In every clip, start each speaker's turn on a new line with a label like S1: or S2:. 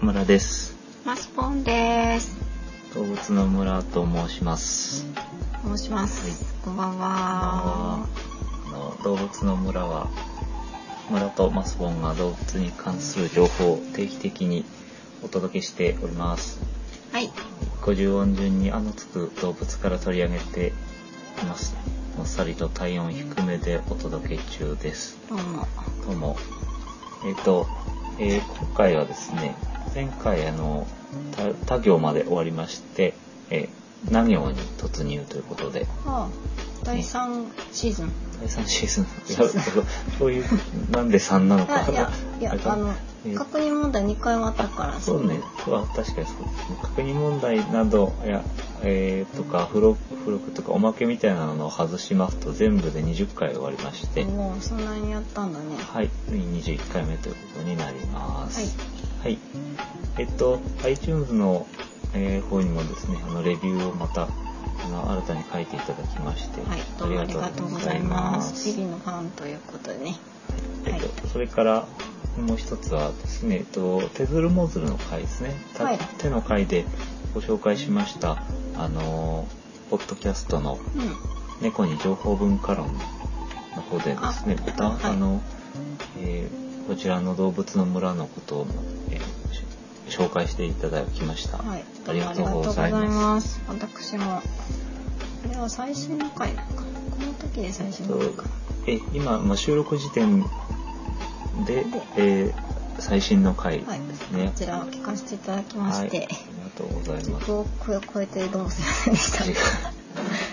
S1: 村です。
S2: マスポンです。
S1: 動物の村と申します。
S2: 申します。こんばんは。
S1: あの動物の村は村とマスボンが動物に関する情報を定期的にお届けしております。
S2: はい。
S1: 50音順に「あ」のつく動物から取り上げています。もっさりと体温低めでお届け中です。
S2: どうも。
S1: どうも。えっ、と、えー今回はですね、前回あの、他他行まで終わりまして、えー、何行に突入ということで、
S2: あ第三シーズン。
S1: 第3シーズン、いやそうそういう、なんで3なのか。
S2: あ、いや、いや
S1: れ、か
S2: あの
S1: え、ー
S2: 確認問題二回終わったから。
S1: そうね、そうあ確かにそうですね。確認問題など、いや、えーとか、付録、付録とか、おまけみたいなのを外しますと、全部で20回終わりまして、
S2: もうそんなにやったんだね。
S1: はい、21回目ということになります。
S2: はい。
S1: はい。えっと、iTunes の、えー方にもですね、あの、レビューをまた、あの、新たに書いていただきまして、
S2: はい、どうもありがとうございます。日々のファンということでね。
S1: えっ
S2: はい
S1: と、それから、もう一つはですね、えっと、手ずるもずるの回ですね。た
S2: はい
S1: 手の回でご紹介しました、あのー、ポッドキャストの
S2: うん。
S1: 猫に情報文化論の方でですね、また、
S2: は
S1: あ
S2: い
S1: の、えーこちらの動物の村のことを、えーし紹介していただきました。
S2: はい、
S1: あ
S2: どう
S1: り
S2: も
S1: が
S2: あり
S1: と
S2: が
S1: う
S2: とう
S1: ご
S2: ご
S1: ざ
S2: ざ
S1: い
S2: い
S1: ま
S2: ます。私も。これは最新の回なのかな。この時で最
S1: す。
S2: 新の回かな。
S1: えー今、まあ、収録時点で
S2: で、
S1: えー最新の回
S2: はい、
S1: ですね。
S2: こちらを聞かせていただきまして、
S1: はい、ありがとうございます。
S2: 僕を超えてどうもすいませんでした。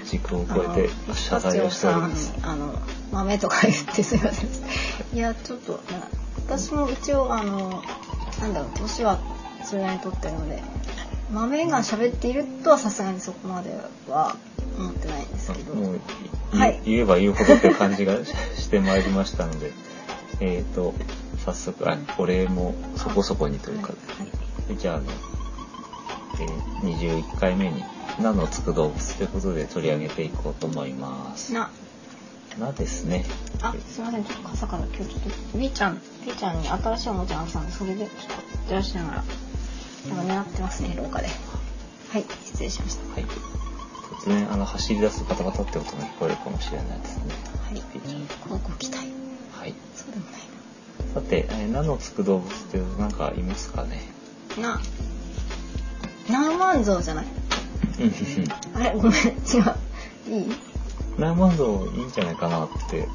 S1: 時空を
S2: あ
S1: 超
S2: の
S1: えて謝罪をしております。
S2: ピスタチオさんあの豆とか言ってすいませんでした。いやちょっとな私も一応あのなんだろう年はそれなりに取ってるので豆が喋っているとはさすがにそこまでは思ってないんですけど。
S1: もう、い
S2: はい
S1: 言えば言うほどって感じが ししてまいりましたので、えっ、と、早速、あ、お礼もそこそこにというか、
S2: はい
S1: じゃあ、あの、えー21回目に、名のつく動物ということで取り上げていこうと思います。
S2: な
S1: なですね。
S2: あすいませんちょっと朝から今日ちょっとみーちゃんみーちゃんに新しいおもちゃあげたんでそれでちょっと照らしながらなんか狙ってますね廊下ではい失礼しました
S1: はい。突然、あの、走り出すバタバタって音が聞こえるかもしれないですね。
S2: はい
S1: みーちゃん
S2: 高校期待
S1: はい。
S2: そうでもない
S1: さて、えー名のつく動物って何かいますかね
S2: な南蛮像じゃない
S1: うんうん
S2: あれごめん違ういい
S1: ラーマンドいいんじゃないかなって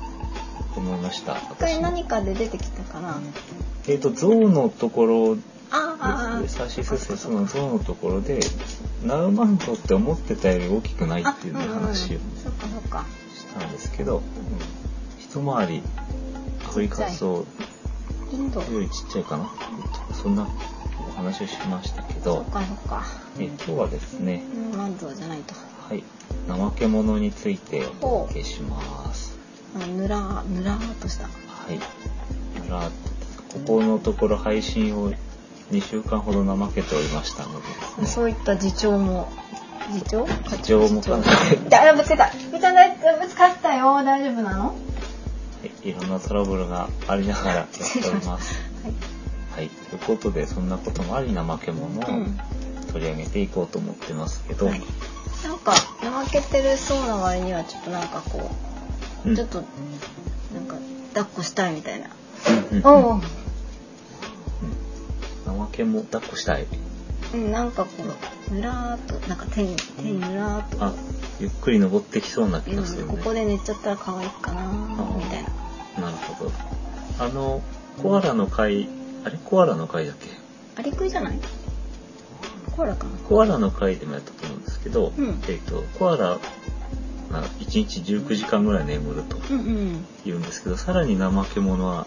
S1: 思いました。
S2: 一回
S1: も
S2: 何かで出てきたかな
S1: えっ、と、象のところで
S2: あああ
S1: すね、サシスセスの象のところで、ナウマンゾって思ってたより大きくない
S2: あ
S1: っていうね話を
S2: そっかそっか
S1: したんですけど、うん一回り、アフリカゾ
S2: インド
S1: ウよりちっちゃいかな、そんなお話をしましたけ
S2: そ
S1: ど
S2: っ、かそっか
S1: えー今日はですね、
S2: 南蛮像じゃないと
S1: はい、怠け者についてお届けします。
S2: あのぬらぬらーっとした
S1: はい。あらここのところ配信を2週間ほど怠けておりましたのでですね。
S2: そういった自重も自重
S1: 課長もかなり
S2: だあぶつけたみーちゃんだいぶつかったよ大丈夫なのはい
S1: いろんなトラブルがありながらやっております。はい。ということで、そんなこともあり怠け者を
S2: い、うん
S1: 取り上げていこうと思ってますけど、
S2: はいなんか怠けてるそうな割にはちょっとなんかこう、
S1: うん
S2: ちょっとなんか抱っこしたいみたいな。
S1: うんうん
S2: おう
S1: うん怠け者、抱っこしたい。
S2: うん、なんかこうぬらーっとなんか手に手にぬらーっと、
S1: あ、ゆっくり登ってきそうな気
S2: う
S1: がする
S2: ん、
S1: ね。
S2: ここで寝ちゃったら可愛いかなーみたいな。
S1: なるほど。あの、コアラの会、あれコアラの会だっけ
S2: アリクイじゃない？コアラかな。
S1: コアラの回でもやったと思うんですけど、
S2: うん
S1: えっ、と、コアラが1日19時間ぐらい眠ると
S2: うんうん。
S1: 言うんですけど、さらに怠け者は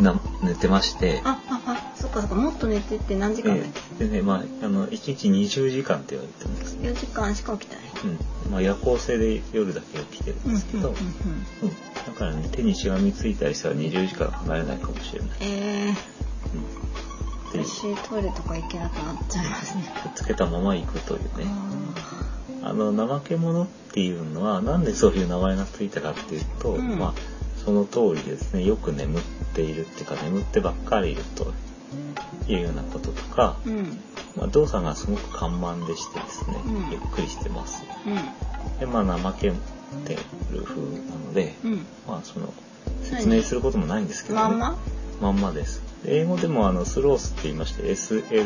S1: な寝てまして、
S2: あああ、そっかそっか。もっと寝てって何時間だっけ？
S1: えーでね、まあ、あの、1日20時間って言われてるんですね。
S2: 四、時間しか起きてない。
S1: うん。まあ、夜行性で夜だけ起きてるんですけど、うんだからね、手にしがみついたりしたら20時間離れないかもしれない。
S2: えー、
S1: うん。で、く
S2: 私トイレとか行けなくなっちゃいますね。
S1: っつけたまま行くというね。
S2: あ
S1: あの怠け者っていうのはなんでそういう名前がついたかっていうと、
S2: うん
S1: まあその通りですねよく眠っているっていうか眠ってばっかりいると
S2: ー
S1: いうようなこととか、
S2: うんうん
S1: まあ、動作がすごく緩慢でしてですね、
S2: うん
S1: ゆっくりしてます。で、まあ、怠けてる風なので、
S2: うん
S1: まあ、その、説明することもないんですけどね。
S2: まんま
S1: まんまです。で英語でもあのスロースって言いまして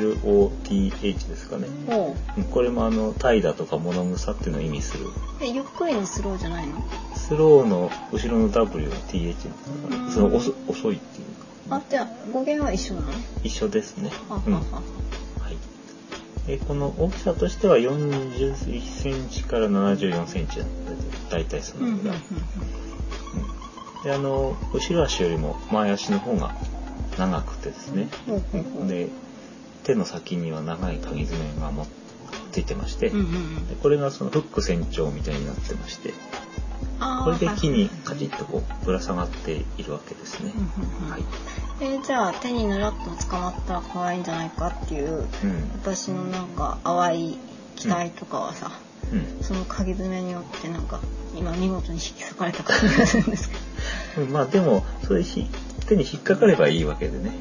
S1: SLOTH ですかね。
S2: おう
S1: うんこれもあの怠惰とか物臭っていうのを意味する。
S2: えゆっくりのスローじゃないの
S1: スローの後ろの W は TH ですか
S2: う
S1: ね。
S2: ん
S1: その遅遅いっていう
S2: あ
S1: か。
S2: じゃあ語源は一緒なの
S1: 一緒ですね。
S2: はは
S1: うん。は。
S2: はい
S1: でこの大きさとしては41センチから74センチだったり大体そ
S2: うんう
S1: の
S2: んうん
S1: ぐ
S2: う
S1: らい。
S2: ん
S1: うんであの後ろ足よりも前足の方が長くてですね。
S2: ほうほうほう
S1: で手の先には長い鍵爪がもついてまして、
S2: うんうんう
S1: で
S2: ん
S1: これがそのフック船長みたいになってまして
S2: あー
S1: これで
S2: はい
S1: 木にカチッとこうぶら下がっているわけですね
S2: う、んうんうん
S1: はい、
S2: えーじゃあ手にぬらっと捕まったら可愛いんじゃないかっていう
S1: うん
S2: 私のなんか淡い期待とかはさ、
S1: うん
S2: その鍵爪によってなんか今見事に引き裂かれた感じがするんですけど
S1: うんまあでもそれひ手に引っかかればいいわけでね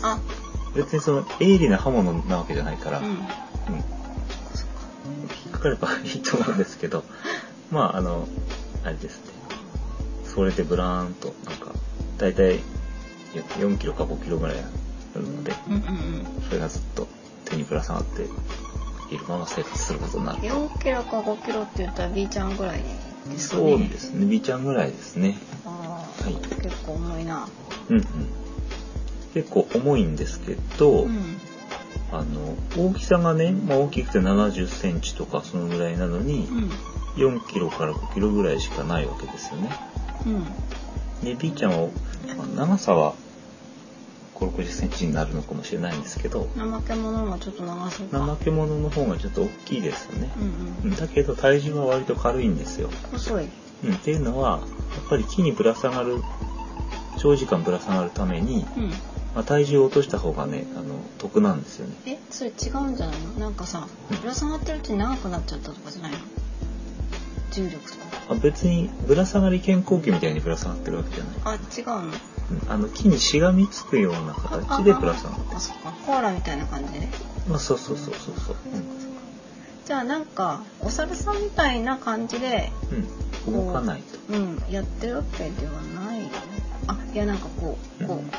S1: あの
S2: あ
S1: 別にその鋭利な刃物なわけじゃないから、
S2: うん
S1: うん引っかかればいいと思うんですけど、まあ、あの、あれですね。それでブラーンと、なんか、だいたい4キロか5キロぐらいあるので、
S2: うんうん
S1: それがずっと手にぶら下がっているまま生活することになる
S2: うん。4キロか5キロって言ったら B ちゃんぐらいですか
S1: そう
S2: ね
S1: ですね。ビちゃんぐらいですね。
S2: ああ、
S1: はい
S2: 結構重いな
S1: うんうん。結構重いんですけど、
S2: うん
S1: あの、大きさがね、まあ、大きくて70センチとかそのぐらいなのに、
S2: うん
S1: 4キロから5キロぐらいしかないわけですよね。
S2: うん
S1: で、B ちゃんは、まあ長さは5、60センチになるのかもしれないんですけど、
S2: 怠け者もちょっと長そうか
S1: 怠け者の方がちょっと大きいですよね。
S2: うんう
S1: うんんだけど体重は割と軽いんですよ。
S2: 細い
S1: うん、っていうのは、やっぱり木にぶら下がる、長時間ぶら下がるために、
S2: うん
S1: まあ、体重を落とした方がね、あの、得なんですよね。
S2: えそれ違うんじゃないのなんかさ
S1: うん
S2: ぶら下がってるうちに長くなっちゃったとかじゃないの重力とか
S1: あ別に、ぶら下がり健康器みたいにぶら下がってるわけじゃない。
S2: あ違うの
S1: うんあの、木にしがみつくような
S2: あ
S1: 形でぶら下が
S2: あ
S1: る。
S2: あそっかそっかコアラみたいな感じで
S1: まあ、そうそうそうそうそう。
S2: じゃあなんかお猿さんみたいな感じで
S1: うん。うん、動かないと。
S2: うんやってるわけではないよねあいやなんかこうこ
S1: うん
S2: う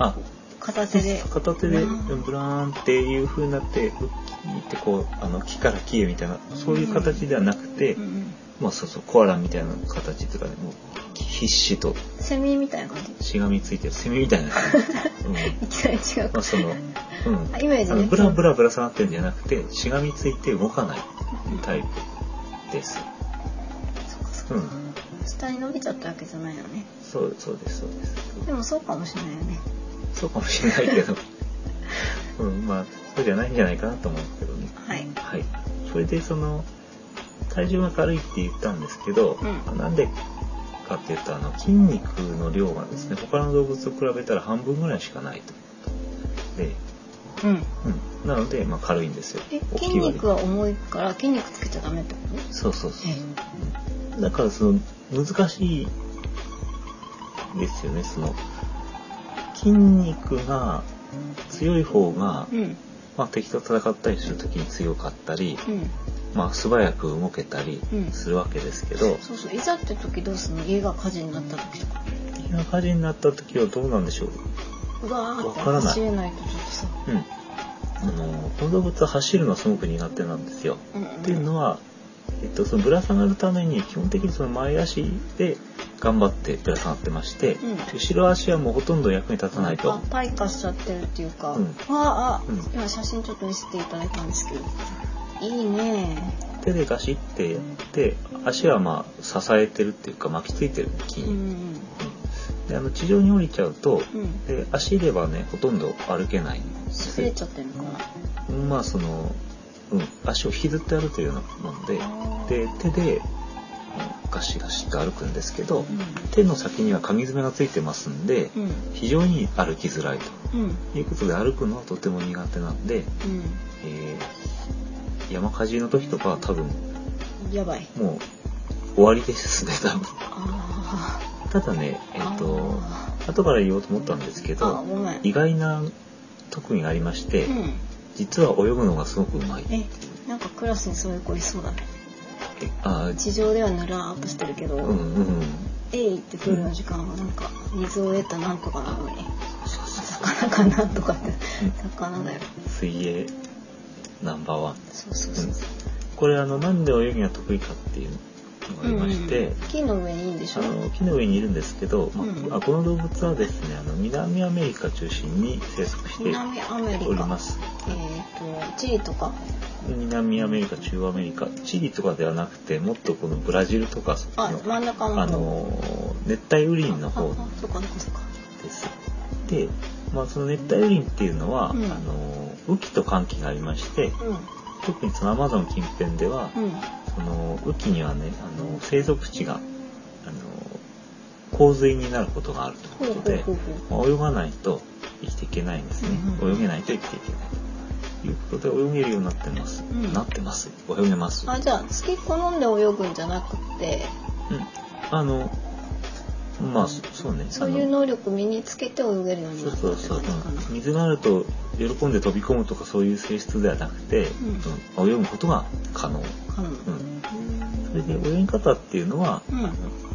S1: あ、
S2: 片手で
S1: 片手で
S2: うん
S1: ブラーンっていう風になってウッキーってこうあの木から木へみたいなそういう形ではなくて、
S2: うんうん
S1: まあそうそうコアラみたいな形っていうかねもう必死と
S2: セミみたいな感じ
S1: しがみついてるセミみたい な、うん、
S2: いきなり違う
S1: ま
S2: か
S1: あその、うん、
S2: あイメージ
S1: あ
S2: ね
S1: のブラブラぶら下がってるんじゃなくてしがみついて動かないタイプです。
S2: そっかそっか
S1: うん、
S2: 下に伸びちゃったわけじゃないのね
S1: そうそうですそうです。
S2: でもそうかもしれないよね
S1: そうかもしれないけど、 うん、まあそうじゃないんじゃないかなと思うけどね。
S2: はい
S1: はい。それでその、体重が軽いって言ったんですけど、
S2: うん
S1: なんでかっていうと、あの、筋肉の量がですね、他の動物と比べたら半分ぐらいしかないと。で、
S2: うん
S1: うん。なので、まあ軽いんですよ
S2: え。
S1: 大き
S2: 筋
S1: い割に
S2: 肉は重いから筋肉つけちゃダメってこと
S1: そうそうそう。うんだからその、難しいですよね、その、筋肉が強い方が、
S2: うん
S1: まあ敵と戦ったりするときに強かったり、
S2: うん
S1: まあ、素早く動けたり
S2: うん
S1: するわけですけど、
S2: そうそういざって時どうすんの家が火事になった時とか
S1: 敵が火事になった時はどうなんでしょう
S2: うわーっ
S1: わ
S2: て
S1: からない
S2: 走れないとちょっとさ
S1: うん。あの、この動物は走るのはすごく苦手なんですよ。
S2: うんうん
S1: っていうのは、えっと、そのぶら下がるために基本的にその前足で頑張ってぶら下がってまして、
S2: うん
S1: 後ろ足はもうほとんど役に立たないと
S2: あ。退化しちゃってるっていうか、
S1: うん
S2: わああ、
S1: うん
S2: 今写真ちょっと見せていただいたんですけどいいね
S1: 手でガシってやって、足はまあ支えてるっていうか巻きついてる筋
S2: うん
S1: 肉。で、あの、地上に降りちゃうと、
S2: うんうん
S1: で足ではね、ほとんど歩けないんです
S2: 滑
S1: よ
S2: れちゃってるのかな
S1: まあその、うん、足を引きずって歩くようなもので、
S2: あー
S1: で、手で、うんガシガシと歩くんですけど、
S2: う
S1: 手の先には鍵爪がついてますんで、
S2: ん
S1: 非常に歩きづらい
S2: うんうん
S1: ということで歩くのはとても苦手なんで、えー山火事の時とかは多分
S2: うんやばい
S1: もう終わりですね、多分。
S2: あ
S1: ただね、えっ、と、
S2: あ
S1: 後から言おうと思ったんですけ
S2: ーあ
S1: ど、
S2: ごめん
S1: 意外な特技がありまして、
S2: うん
S1: 実は泳ぐのがすごくうまい。
S2: えなんかクラスにそういう子いそうだね
S1: えあー
S2: 地上ではぬらーっとしてるけど、
S1: うんうん。
S2: えいってプールの時間はなんか水を得たなんとかなのに魚かなんとかって
S1: うん
S2: 魚だよ
S1: 水泳ナンバーワン。
S2: そうそうそうそう
S1: これあの、なんで泳ぎが得意かっていうのがありまして、
S2: うんうん木の上にいいんでし
S1: あ
S2: ょ
S1: の木の上にいるんですけど、まあ
S2: うん
S1: あこの動物はですねあの南アメリカ中心に生息して
S2: 南アメリ
S1: おりま
S2: カ
S1: す
S2: えー、とチリとか
S1: 南アメリカ中アメリカチリとかではなくてもっとこのブラジルとかそっち
S2: あ
S1: の
S2: 真ん中の方
S1: あの熱帯雨林の方
S2: ああそうかそうかそうか
S1: ですで、まあ、その熱帯雨林っていうのは、
S2: うん
S1: あの雨季と寒季がありまして特にそのアマゾン近辺では、
S2: うんうん
S1: その雨季にはねあの生息地があの洪水になることがあると
S2: ほ
S1: いうう
S2: ほ
S1: こ
S2: う
S1: とで
S2: ほうほ
S1: まあ泳がないと生きていけないんですね、
S2: うんうん
S1: 泳げないと生きていけないということで泳げるようになってます、
S2: うん
S1: なってます泳げます
S2: うあじゃあ月好んで泳ぐんじゃなくて
S1: うんあのまあそそうね
S2: そういう
S1: あの
S2: 能力身につけて泳げるように
S1: そ
S2: な
S1: う
S2: った
S1: そう
S2: って
S1: そう、
S2: 感じかな
S1: うん水があると喜んで飛び込むとかそういう性質ではなくて、うん泳ぐことが可能、
S2: かな
S1: うん、それで泳ぎ方っていうのは、
S2: うん
S1: あの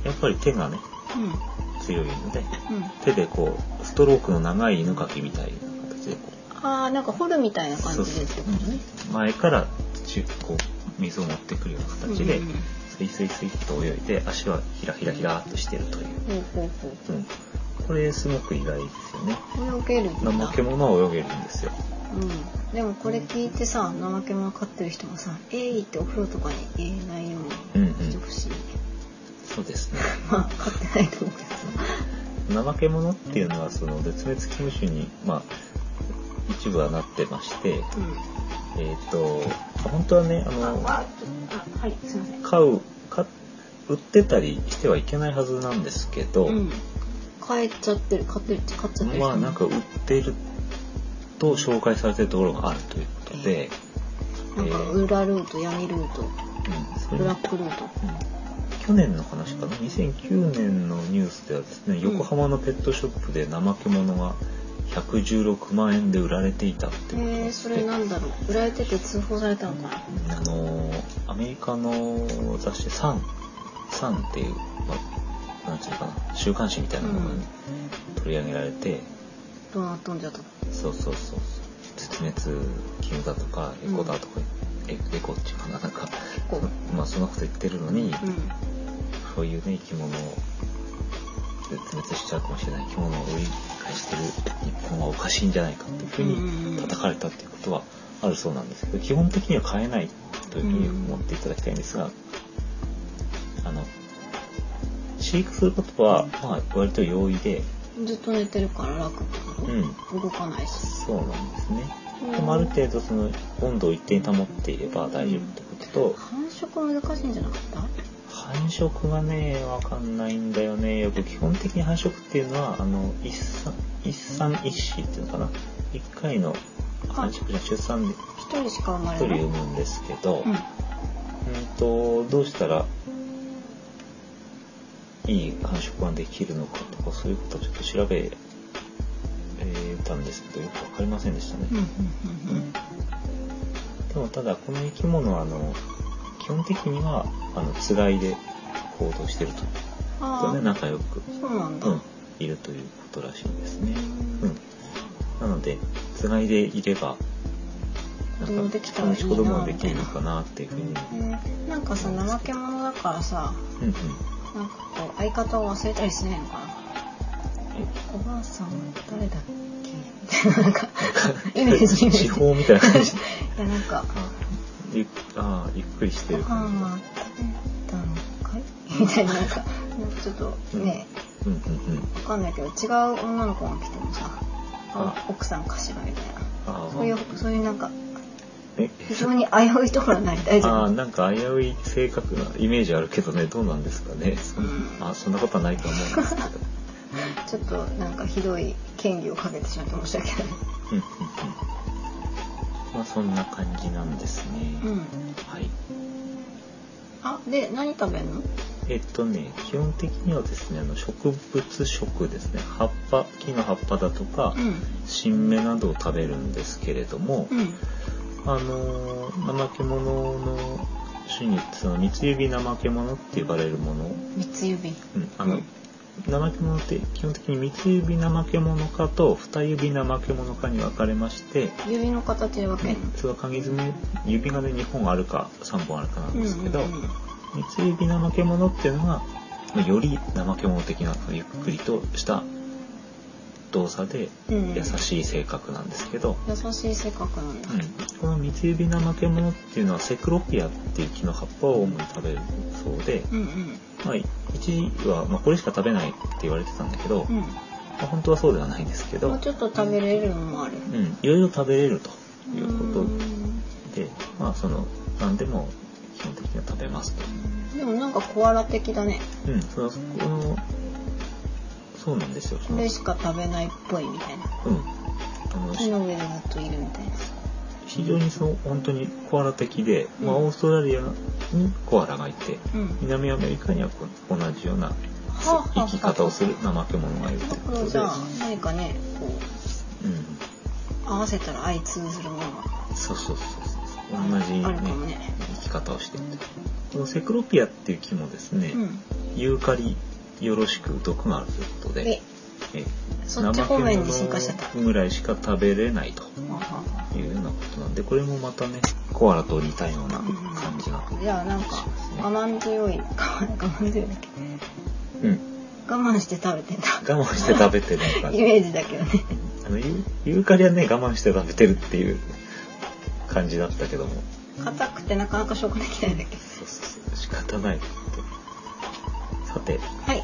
S1: やっぱり手がね
S2: うんうん
S1: 強いので
S2: うん
S1: 手でこうストロークの長い犬かきみたいな形でこう
S2: ああなんか掘るみたいな感じですよね
S1: 前から中こう水を持ってくるような形で、
S2: うんうん
S1: スイスイスイっと泳いで足はひらひらひらっとしてるという、
S2: ほうほうほう
S1: うん、これすごく意外ですよね
S2: 泳げるんだ、
S1: 怠け者は泳げるんですよ
S2: うん、でもこれ聞いてさ怠け者飼ってる人もさ「えい!」ってお風呂とかに言えないようにしてほしい、
S1: そうですね
S2: まあ飼ってないと思うけどさ
S1: 怠け者っていうのはその絶滅危惧種にまあ一部はなってまして
S2: うん
S1: えっ、と本当はねあの
S2: ああはいすいません
S1: 飼う飼売ってたりしてはいけないはずなんですけど、
S2: うん飼えちゃってる飼ってる飼っちゃってる人も
S1: まあなんか売っていると紹介されてるところがあるということで、
S2: なんか裏ルート闇ルート
S1: うん、それ
S2: ブ
S1: にう
S2: ラ
S1: ん
S2: ックルート
S1: 去年の話かな2009年のニュースではですね
S2: うん
S1: 横浜のペットショップで怠け者が116万円で売られていたっていうこと
S2: え
S1: で
S2: ー、それなんだろう売られてて通報されたのかな
S1: あのーアメリカの雑誌「サン」サンっていう、まあ、なんていうのかな週刊誌みたいなものに取り上げられて、
S2: どうなっとんじゃったの
S1: そうそうそうそう絶滅危惧だとかエコだとか、エエコっていうかななんか
S2: コ
S1: まあそんなこと言ってるのに、
S2: うん
S1: そういうね生き物を絶滅しちゃうかもしれない生き物を売り返してる日本はおかしいんじゃないかっていうふう
S2: うんうんう
S1: に
S2: ん
S1: 叩かれたっていうことはあるそうなんですけど基本的には買えないというふうに思っていただきたいんですが、あの飼育することは、まあ、割と容易で、
S2: ずっと寝てるから楽ってこと、
S1: うん、
S2: 動かないし。
S1: そうなんですね。でもある程度その温度を一定に保っていれば大丈夫ってことと、
S2: 繁殖難しいんじゃなかった
S1: 繁殖がね、わかんないんだよね。よく基本的に繁殖っていうのは、あの、一産、一産一子っていうのかな。一回の繁殖じゃ出産で
S2: 一人しか生ま
S1: 一
S2: れ
S1: 人
S2: ない。
S1: 産むんですけど、
S2: うん。
S1: うんと、どうしたら、いい繁殖ができるのかとか、そういうことはちょっと調べ、えーたんですけど、よくわかりませんでしたね。
S2: うんうん
S1: でもただこの生き物はあの基本的にはあのつがいで行動してると
S2: あ
S1: とね
S2: あ、
S1: 仲良く、
S2: そうなんだ。
S1: う
S2: うん
S1: ん、いるということらしいんですね。うん、なのでつがいでいれば
S2: 子供できたらいいな
S1: 子供ができるのかなっていうふうに、
S2: えーなんかさ、怠け者だからさ、
S1: うんうん、
S2: なんかこう、相方を忘れたりしないのかな。おばあさんは誰だっけみたいな、なんか、イメージイメー
S1: え
S2: ジ。
S1: 地方みたいな感じ
S2: いや、なんか、
S1: あゆあーゆっくりして
S2: ご
S1: る
S2: 飯
S1: 感じ
S2: は食べたのかいみたいな、なんか、ちょっとね、
S1: うんうんうん
S2: わかんないけど違う女の子が来てもさ
S1: あ
S2: あ奥さんかしらみたい
S1: あ
S2: な
S1: ー
S2: そういうそういうなんか
S1: え
S2: 非常に危ういところになりたいじ
S1: あ
S2: ゃ
S1: あ
S2: ん
S1: なんか危うい性格なイメージあるけどねどうなんですかねそん
S2: うん
S1: あそんなことはないと思うんですけど
S2: ちょっとなんかひどい権利をかけてしまって申し訳ない
S1: うんうんうんまあそんな感じなんですね、
S2: うん
S1: はい
S2: あで何食べんの
S1: ええっとね、基本的にはですね、あの植物食ですね、葉っぱ、木の葉っぱだとか、新芽などを食べるんですけれども、
S2: うん。うん。
S1: あのー、怠け者の種に、その、三つ指怠け者って呼ばれるもの、
S2: 三つ指。
S1: うん、あの、怠け者って基本的に三つ指怠け者かと二指怠け者かに分かれまして、
S2: 指の形で分ける。
S1: それは鍵爪、指がね、2本あるか3本あるかなん
S2: うん
S1: ですけど、
S2: うんうん
S1: 三つ指怠け者っていうのが、まあより怠け者的な、ゆっくりとした動作で
S2: うん
S1: 優しい性格なんですけど、
S2: 優しい性格なんだ。
S1: うんこの三つ指怠け者っていうのはセクロピアっていう木の葉っぱを主に食べるそうで、
S2: うん
S1: まあ、一時は、まあ、これしか食べないって言われてたんだけど、
S2: うん。うん。
S1: まあ本当はそうではないんですけ
S2: も
S1: ど
S2: う、ちょっと食べれるのもある。
S1: うん、いろいろ食べれるということ
S2: うん
S1: で、まあその何でも基本的には食べますと。
S2: でもなんかコアラ的だね。
S1: うん、それはそこのそうなんですよ。そ
S2: こ
S1: の
S2: れしか食べないっぽいみたいな。
S1: うん、あの
S2: 木の上でずっといるみたいな。
S1: 非常にその本当にコアラ的で、まあ
S2: うん
S1: オーストラリアにコアラがいて、
S2: うん。
S1: 南アメリカにはこ同じような
S2: はあ
S1: 生き方をする怠け者がいるとい
S2: だ
S1: う
S2: か
S1: こ
S2: ら
S1: と
S2: じ
S1: で、
S2: ゃあ何かねこう
S1: うん、
S2: 合わせたら相通ずるものが
S1: そうそうそうそう、同じ
S2: あるかも
S1: ね
S2: ね。
S1: 生き方をしているこのセクロピアっていう木もですね、
S2: うん。
S1: ユーカリよろしく毒があるということで、
S2: で、
S1: え
S2: そっち方面に進化してた。
S1: 怠け者ぐらいしか食べれないと
S2: はは
S1: いうようなことなんで、これもまたね、コアラと似たような感じが。
S2: じゃあなんか我慢強い我慢強いだっけ
S1: うん。
S2: 我慢して食べてた
S1: 我慢して食べてるのか
S2: イメージだけどね
S1: あの、ユユーカリはね、我慢して食べてるっていう感じだったけども、
S2: 硬くてなかなか消化できないんだけど
S1: そうそうそう、仕方ないと。さて、
S2: はい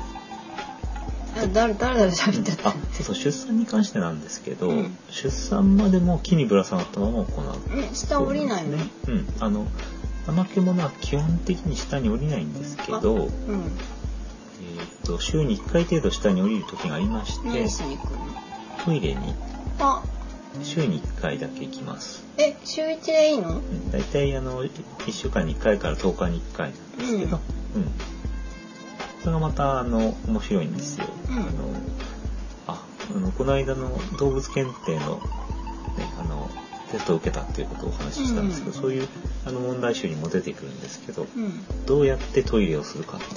S2: あだらだらだら喋っちゃった
S1: あ、そうそう、出産に関してなんですけど、
S2: うん
S1: 出産までも木にぶら下がったまま行う。
S2: うん下降りないね
S1: そうなんですね。うん。あの、怠け者は基本的に下に降りないんですけど、
S2: うん
S1: えーっと、週に1回程度下に降りる時がありまして
S2: 何、しに行くの
S1: トイレに
S2: あ
S1: 週に1回だけ行きます。
S2: え週一でいいの
S1: うん大体あの1週間に1回から10日に1回なんですけど、うんそれがまたあの面白いんですよ。
S2: うん
S1: あのああのこの間の動物検定の,、ね、あのテストを受けたっていうことをお話ししたんですけど、
S2: うん
S1: そういうあの問題集にも出てくるんですけど
S2: うん
S1: どうやってトイレをするかってね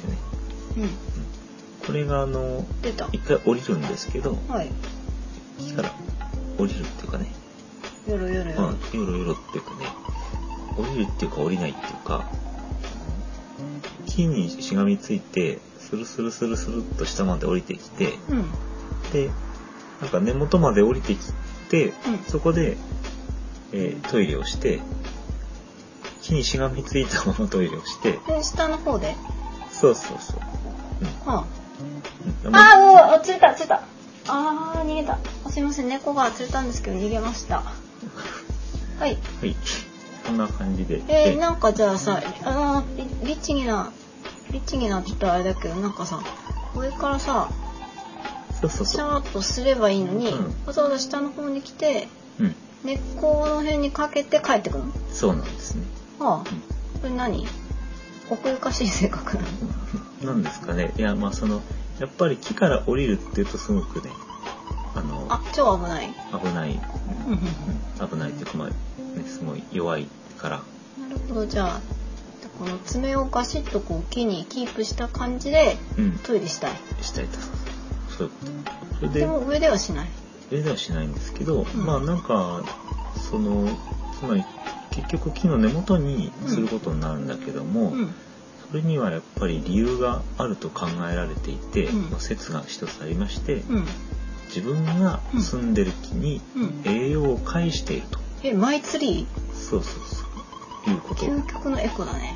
S2: うん
S1: これがあの
S2: 出た
S1: 1回降りるんですけど
S2: はい
S1: 木から降りるっていうかね
S2: よろよろよろ
S1: まあ、よろよろっていうかね、降りるっていうか降りないっていうか、木にしがみついて、スルスルスルスルっと下まで降りてきて、
S2: うん
S1: で、なんか根元まで降りてきて、
S2: うん
S1: そこで、えートイレをして、木にしがみついたままトイレをして、
S2: え下の方で
S1: そうそうそう。
S2: あ
S1: うんうん、あんま
S2: ああ、落ちた、落ちた。ああ、逃げた。すいません、猫が釣れたんですけど、逃げま した。はい。
S1: りはい。こんな感じで。
S2: えー、
S1: で
S2: なんかじゃあさ、あーり律儀な、律儀なって言ったらあれだけど、なんかさ、上からさ、
S1: そうそう
S2: シ
S1: そう。
S2: ャーッとすればいいのに、
S1: うん
S2: わざわざ下の方に来て、
S1: うん。
S2: 根っこの辺にかけて帰ってくるの。
S1: そうなんですね。
S2: ああ
S1: うん、
S2: これ何奥ゆかしい性格な
S1: な
S2: の。
S1: んですかね。いや、まあその、やっぱり木から降りるっていうとすごくね、あの、
S2: あ、超危 ない。
S1: 危ない、
S2: うんうん
S1: うん危ないっていうか、まあ、ね、すごい弱いから、
S2: うん。なるほど、じゃあ、この爪をガシッとこう木にキープした感じで、
S1: うん、
S2: トイレしたい。
S1: したいと。そういうこと。それ
S2: で
S1: で、
S2: も上ではしない。
S1: 上ではしないんですけど、
S2: ん
S1: まあなんか、その、つまり、結局木の根元にすることになるんだけども、
S2: うん。
S1: それにはやっぱり理由があると考えられていて、
S2: うん
S1: まあ説が一つありまして、
S2: うん。
S1: 自分が住んでる木に
S2: うん。
S1: 栄養を介していると。
S2: え、マイツリ
S1: そうそうそう。いうこと。
S2: ー
S1: うん
S2: 究極のエコだね。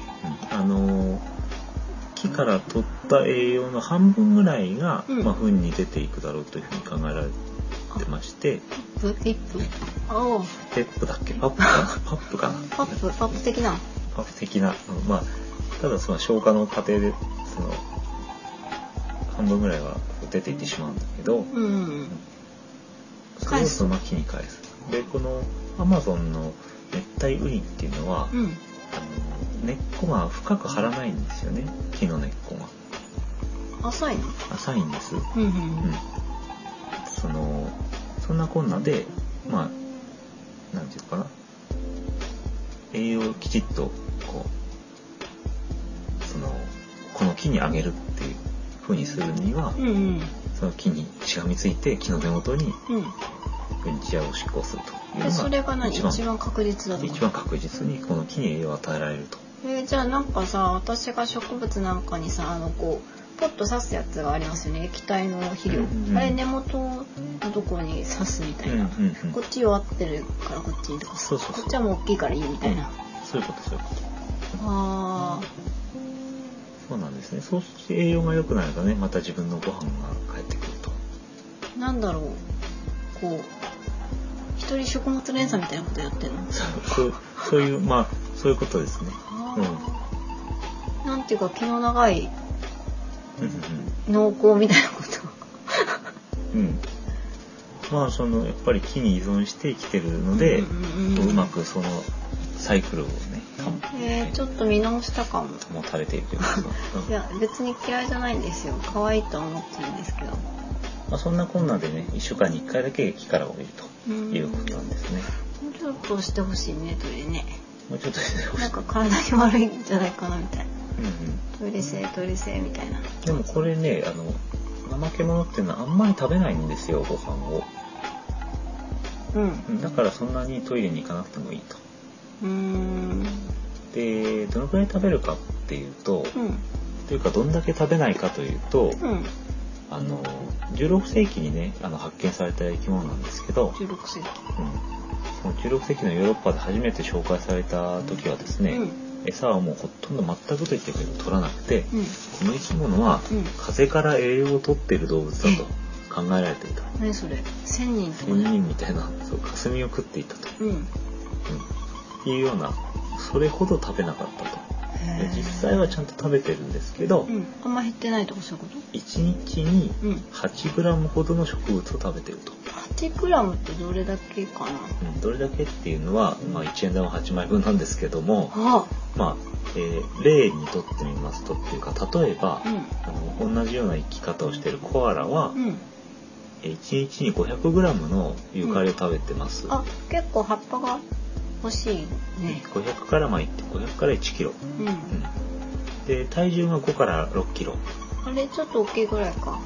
S1: あのー木から取った栄養の半分ぐらいが、
S2: うん
S1: まあ、糞に出ていくだろうというふうに考えられてまして、
S2: ブリップおお。
S1: ペップだっけパップ かなパップかな
S2: パップ、パップ的な。
S1: パップ的な。うんまあ、ただその消化の過程で、その、半分ぐらいは出ていってしまうんだけど、
S2: うんうん
S1: それをその木に返す。で、このアマゾンの熱帯雨林っていうのは、
S2: うん。うん。
S1: あの根っこが深く張らないんですよね木の根っこが。
S2: 浅いな。
S1: 浅いんです。
S2: うんう
S1: うん
S2: ん。
S1: そのそんなこんなでまあなんていうかな栄養をきちっとこうそのこの木にあげるっていう風にするには、
S2: うんうん。
S1: その木にしがみついて木の根元に
S2: うん。
S1: うんちやを執行するという
S2: で、それ
S1: の
S2: が
S1: が
S2: 何
S1: 一番
S2: 一番確実だと思
S1: 一
S2: う。
S1: 番確実にこの木に栄養を与えられると。
S2: えーじゃあなんかさ私が植物なんかにさあのこうポッと刺すやつがありますよね液体の肥料、
S1: うんうん
S2: あれ根元のとこに刺すみたいな、
S1: うんうん
S2: こっち弱ってるからこっちとかさ
S1: そうそうそう
S2: こっちはもう大きいからいいみたいな、
S1: そういうことそういうこと。
S2: あ
S1: そうなんですね。そうして栄養が良くなるとね、また自分のご飯が返ってくると。
S2: ーなんだろうこう一人食物連鎖みたいなことやってるの
S1: そうそうそういう、まあ、そういうことですね。
S2: あー、なんていうか気の長い
S1: うん
S2: 濃厚みたいなこと
S1: うんうん。うん。まあ、その、やっぱり木に依存して生きてるので、
S2: う
S1: こ
S2: ん
S1: う
S2: うんうん
S1: うまくそのサイクルをね、
S2: えー、ち
S1: 保
S2: ょっと見直したかも
S1: 保たれているというか、うん
S2: いや別に嫌いじゃないんですよ可愛いとは思ってるんですけど
S1: まあ、そんなこんなでね、1週間に1回だけ木から降りる
S2: う
S1: と
S2: ん
S1: いうことなんですね。
S2: もうちょっとしてほしいねトイレね
S1: もうちょっとしてほし
S2: ないん。か体に悪いんじゃないかなみたいな
S1: うんうん
S2: トイレ性トイレ性みたいな
S1: でもこれね、あの、怠け者っていうのはあんまり食べないんですよ、ご飯を。
S2: うん
S1: うんだからそんなにトイレに行かなくてもいいと。
S2: うーん
S1: で、どのくらい食べるかっていうと、
S2: うん
S1: というかどんだけ食べないかというと、
S2: うん
S1: あの、16世紀にね、あの発見された生き物なんですけど、
S2: 16世紀
S1: うん、その16世紀のヨーロッパで初めて紹介された時はですね、
S2: うん
S1: 餌はもうほとんど全くと言っても取らなくて、
S2: うん
S1: この生き物は
S2: うん
S1: 風から栄養を取っている動物だと考えられていた。
S2: 何それ千人とか
S1: 仙
S2: ね
S1: 人みたいな、そう、霞を食っていたと。
S2: うん
S1: うん。いうような、それほど食べなかったと。で実際はちゃんと食べてるんですけど
S2: う、んあんま減ってないとかそういうこ
S1: 1日に
S2: とうん
S1: 8グラムほどの植物を食べてると。
S2: 8グラムってどれだけかな
S1: うん、どれだけっていうのは、まあ1円玉8枚分なんですけども、
S2: あ
S1: まあ、えー例にとってみますとっていうか、例えば
S2: う、ん
S1: あの同じような生き方をしているコアラは、
S2: うん
S1: えー1日に500グラムのユーカリを食べてます。
S2: あ結構葉っぱが欲しいね
S1: 500からまあ500から1キロ。
S2: うん、
S1: うんで体重が5から6キロ、
S2: あれちょっと大きいぐらいか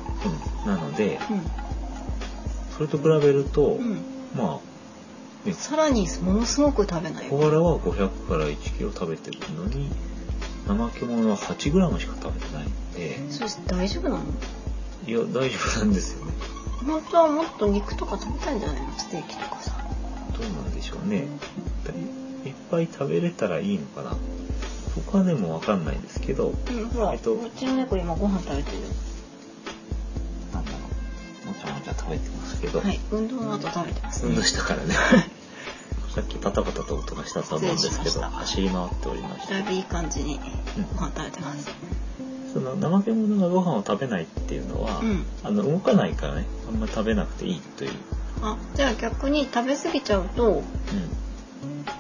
S1: なので
S2: う
S1: それと比べると、
S2: ん、うん、
S1: まあ、ね、
S2: さらにものすごく食べない
S1: コアラは500から1キロ食べてるのに怠け者は8グラムしか食べてないんで
S2: そして大丈夫なの
S1: いや大丈夫なんですよね
S2: 本当はもっと肉とか食べたいんじゃないのステーキとかさ
S1: どうなんでしょうねいっぱい食べれたらいいのかな僕はでもわかんないんですけど
S2: うんほら、
S1: えっと
S2: うちの猫今ご飯食べてるよ
S1: なんだろうもちゃもちゃ食べてますけど、
S2: はい運動の後食べてますね
S1: 運動したから ねさっきパタパタと音がしたと思うんです
S2: 失
S1: け
S2: 礼し
S1: ど
S2: ました
S1: 走り回っておりました
S2: だいぶいい感じに
S1: うん
S2: ご飯食べてます
S1: その怠け者がご飯を食べないっていうのは、
S2: うん
S1: あの動かないからねあんまり食べなくていいという、
S2: あじゃあ逆に食べ過ぎちゃうと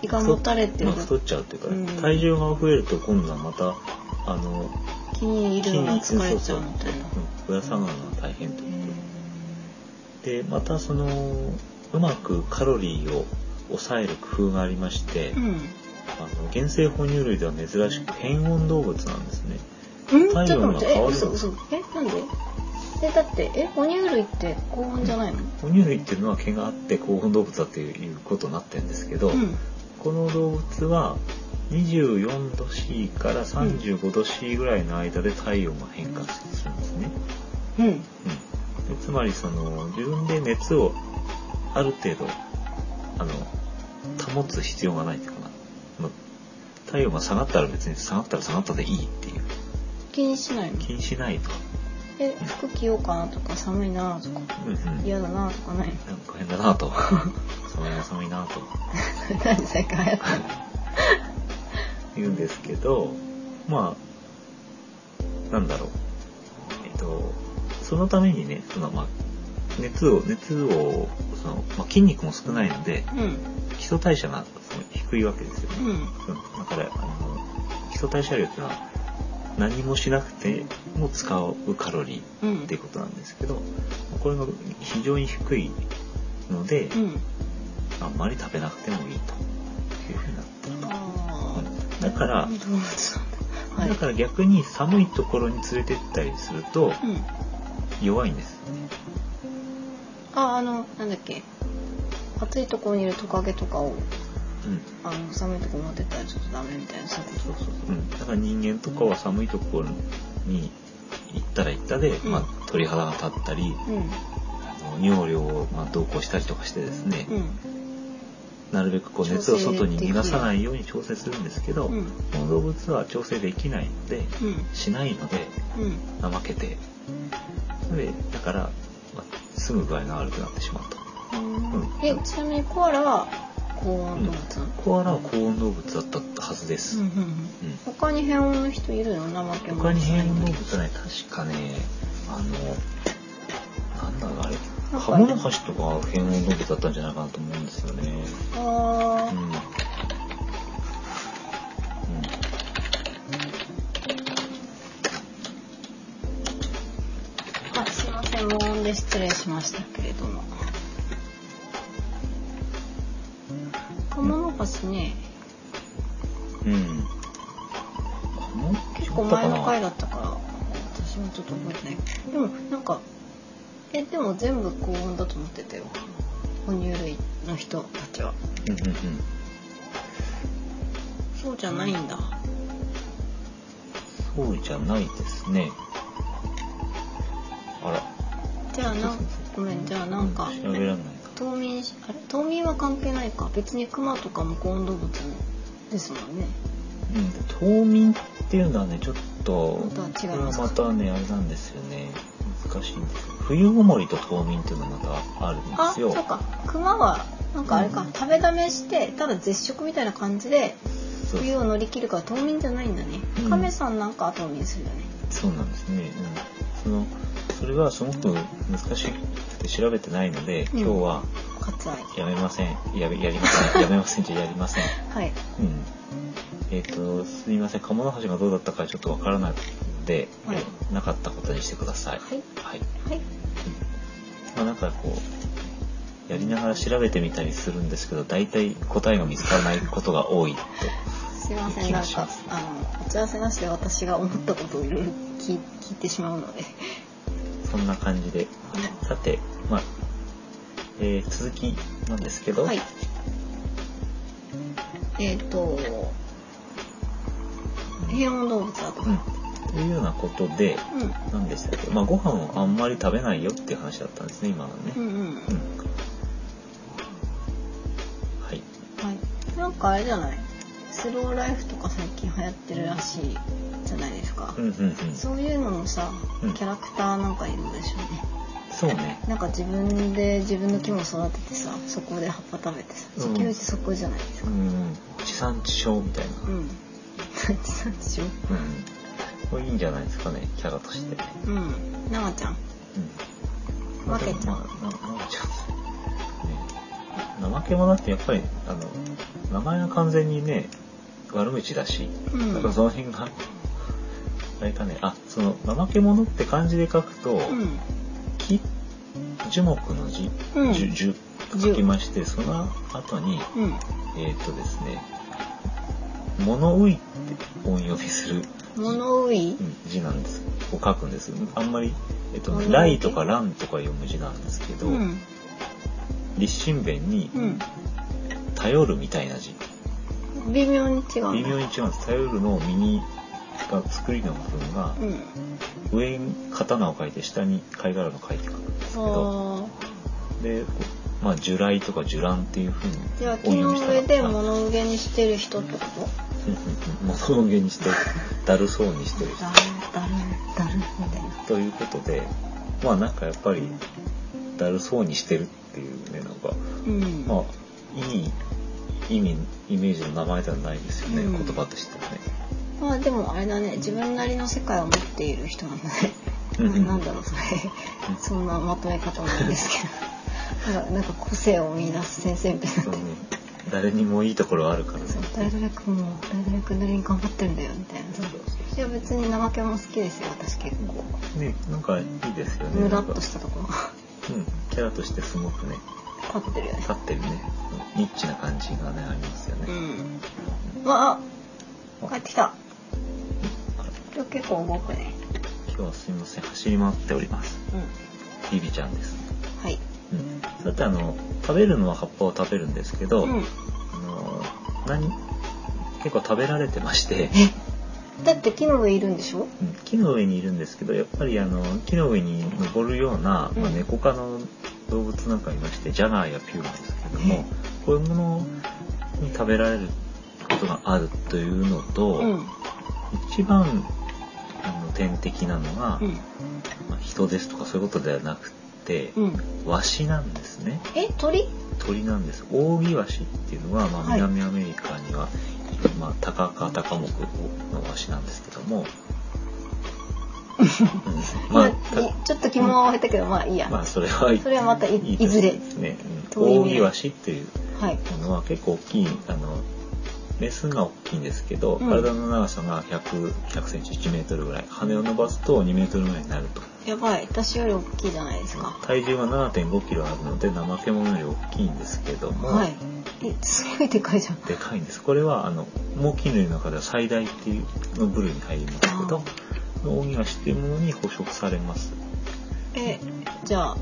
S2: 胃がもたれて
S1: ま
S2: る
S1: あ、太っちゃうというか、
S2: うん
S1: 体重が増えると今度はまたあの
S2: 気に入るのが疲れちゃうみたいな
S1: そうそううんぶら下がるのが大変といううんことでまたそのうまくカロリーを抑える工夫がありまして、あの原生哺乳類では珍しく変温動物なんですね
S2: うん、
S1: 体
S2: ちょっと
S1: 温が
S2: 待ってえ
S1: 変わる
S2: 嘘嘘えなんでえだってえ哺乳類って高温じゃないの
S1: 哺乳類っていうのは毛があって高温動物だということになってるんですけど、
S2: うん
S1: この動物は24度 C から35度 C ぐらいの間で体温が変化するんですね。
S2: うん
S1: うん、でつまりその自分で熱をある程度あの保つ必要がないというかな。まあ体温が下がったら別に下がったら下がったでいいっていう
S2: 気にしないの
S1: 気にしないと、
S2: え服着ようかなとか寒いなとか
S1: うんうん、
S2: 嫌だなと かない
S1: な
S2: の
S1: んか変だなと寒いな寒いなと
S2: それ何最近流行ったの
S1: 言うんですけどまあなんだろうえっとそのためにねそのまあ熱を熱をその、まあ、筋肉も少ないので
S2: うん
S1: 基礎代謝がその低いわけですよね、
S2: うん
S1: うんだからあの基礎代謝量っていうのは何もしなくても使うカロリ
S2: うん
S1: ーっていうことなんですけど、これが非常に低いので、
S2: うん
S1: あんまり食べなくてもいいというふうになって
S2: あー
S1: だから
S2: 動物なんだはい
S1: だから逆に寒いところに連れてったりすると
S2: うん
S1: 弱いんです。
S2: ああのなんだっけ暑いところにいるトカゲとかを
S1: うん
S2: あの寒いところ持ってったらちょっとダメみたいなそういう
S1: そう
S2: こ
S1: そうそううん、だから人間とかは寒いところに行ったら行ったで、
S2: うん
S1: まあ、鳥肌が立ったり
S2: とうん
S1: あの尿量をまあ同行したりとかしてですね、
S2: うん
S1: なるべくこう熱を外に逃がさないように調整するんですけど、
S2: うん
S1: この動物は調整できないので
S2: うん
S1: しないので
S2: うん
S1: 怠けてでだから、まあ、すぐ具合が悪くなってしまうと
S2: うんえちなみにコアラは高温動物なの
S1: コアラは高温動物だったはずで
S2: う
S1: す、
S2: んう
S1: うん
S2: んうん他に変温の人いるの怠け者
S1: 他に変温動物はね確かねあのなんだろうあれ
S2: なんか
S1: カモノハシとか変温動物だったんじゃないかなと思うんですよね
S2: あ
S1: うん、うん、
S2: ーあすいません無音で失礼しましたけれどもカモノハシね
S1: うんカモ
S2: 結構前の回だったから私もちょっと覚えてないでもなんかえでも全部高温だと思ってたよ哺乳類の人たちは
S1: うんうんうん
S2: そうじゃないんだ
S1: そうじゃないですね。あら。
S2: じゃあ
S1: そ
S2: な
S1: うそうそう
S2: ごめんじゃあなんか
S1: うん調べられないな。
S2: 冬眠しあれ冬眠は関係ないか別にクマとかも高温動物ですもんね
S1: うん。冬眠っていうのはね、ちょっと、
S2: また違いますか
S1: これはまたね、あれなんですよね。難しいんですよ。冬ごもりと冬眠っていうのがまたあるんで
S2: あ
S1: す
S2: そ
S1: よ。
S2: うかクマはなんかあれか、
S1: うん
S2: 食べだめしてただ絶食みたいな感じで
S1: そう
S2: 冬を乗り切るから冬眠じゃないんだね、
S1: うん
S2: カメさんなんかは冬眠するよね
S1: そうなんですね。うん。その、それがすごく難しくて調べてないので、
S2: うん
S1: 今日は
S2: 割愛
S1: やめません。やめ、やりません。 やめませんじゃやりません。
S2: はい
S1: うんえっ、と、すみません、鴨の橋がどうだったかちょっとわからないので、
S2: はい
S1: えーなかったことにしてください。
S2: はい
S1: はい。
S2: はい
S1: まあなんかこう、やりながら調べてみたりするんですけど、大体答えが見つからないことが多いと。
S2: すいませ
S1: 行
S2: ん
S1: き
S2: な
S1: ま
S2: ん
S1: しょう
S2: かあの打ち合わせなしで私が思ったことをいろいろ聞い聞いてしまうので
S1: そんな感じで。さて、まあ、えー続きなんですけど、
S2: はいえっ、と平穏動物だと、
S1: うん。というようなことで、
S2: うん
S1: 何でしたっけまあ、ご飯をあんまり食べないよっていう話だったんですね、今のね。
S2: うんうん
S1: うんはい。
S2: はい、なんかあれじゃないスローライフとか最近流行ってるらしいじゃないですか、
S1: うんうんうん。
S2: そういうのもさ
S1: うん
S2: キャラクターなんかいるでしょうね、
S1: そうね。
S2: なんか自分で自分の木も育ててさそこで葉っぱ食べてさ
S1: うん
S2: 自給自足じゃないです
S1: う
S2: か
S1: ん。地産地消みたいな。
S2: うん 地産地消
S1: うん。これいいんじゃないですかね、キャラとして。
S2: うん生ちゃん
S1: うん。
S2: 負けちゃう
S1: まあでもまあ、なな負けちゃう。ね。怠け者ってやっぱり、あの、名前が完全にね、悪口だし、
S2: うん
S1: だからその辺が、あれかね、あ、その、怠け者って漢字で書くと、
S2: うん
S1: 木、樹木の字、
S2: うん
S1: 樹、樹と書きまして、その後に、
S2: うん
S1: えーっとですね、物浮いって音読みする
S2: 物浮い
S1: うん字なんです。を書くんです。あんまり、えっと
S2: 物
S1: ね、
S2: 浮い
S1: 雷とか乱とか読む字なんですけど、
S2: うん
S1: 立身弁に
S2: うん
S1: 頼るみたいな字。
S2: 微妙に違う
S1: 微妙
S2: に
S1: に違うんです。頼るの右が作りの部分が、
S2: うん
S1: 上に刀を書いて下に貝殻の書いて書くんですけど、
S2: あ
S1: で、こうまあ、樹雷とか樹乱っていうふうに
S2: ーじゃあ木
S1: 音読
S2: の
S1: みした
S2: 上で
S1: ら
S2: 物上にしてる人ってこと
S1: うんうんうん物上げにして、だるそうにしてる人
S2: だるだるだるみたいな
S1: ということでまあなんかやっぱりだるそうにしてるっていうねなんか
S2: うん
S1: まあいい意味イメージの名前ではないですよね、
S2: うん
S1: 言葉としてはね。
S2: まあでもあれだね自分なりの世界を持っている人なんだね
S1: うんうん
S2: なんだろうそれ
S1: うん
S2: そんなまとめ方なんですけどなんかなんか個性を見出す先生みたいに
S1: そ
S2: な
S1: う
S2: っ
S1: ね
S2: てる
S1: 誰にもいいところはあるからね。
S2: そう大学もう大学なりに頑張ってるんだよみたいな
S1: そうそうそう
S2: 私は別に怠けも好きですよ私結構
S1: ね、なんかいいですよね。。
S2: ムラっとしたたところ
S1: うん、キャラとしてすごくね、
S2: 立ってるよね
S1: 立ってるね。うんニッチな感じがね、ありますよね。
S2: うんうわあ帰ってきた今日結構動くね
S1: 今日はすいません、走り回っております。
S2: うん
S1: ビビちゃんです。
S2: はい
S1: うん。だってあの、食べるのは葉っぱを食べるんですけど、
S2: うん
S1: あの、何結構食べられてまして、
S2: だって木の上いるんでし
S1: う
S2: ょ
S1: ん木の上にいるんですけどやっぱりあの木の上に登るような、ま
S2: う
S1: あ、
S2: ん
S1: 猫科の動物なんかいましてジャガーやピューマですけどもこういうものに食べられることがあるというのと、
S2: うん
S1: 一番あの天敵なのが、
S2: うん
S1: まあ人ですとかそういうことではなくて、
S2: うん
S1: ワシなんですね
S2: え鳥
S1: 鳥なんですオオギワシっていうのは、まあ、
S2: はい
S1: 南アメリカには、まあ、タカ科タカ目のワシなんですけど も、うんまあ
S2: 今ねちょっと疑問は置いたけど、まあいいや、
S1: まあそれはいい
S2: それはまたい
S1: いい
S2: いずれ
S1: ですね。うん
S2: 遠い
S1: 大
S2: 未来
S1: 見ワシっていう
S2: はい
S1: のは結構大きいあのメスが大きいんですけど、
S2: うん
S1: 体の長さが100 100センチ1メートルぐらい羽を伸ばすと2メートルぐらいになると
S2: やばい私より大きいじゃないですか
S1: 体重が7 5キロあるので怠け者より大きいんですけども、
S2: はいえすごいでかいじゃん
S1: でかいんですこれはあの猛禽類の中では最大っていうの部類に入りますけど大見ワシっていうものに捕食されます、
S2: えじゃあ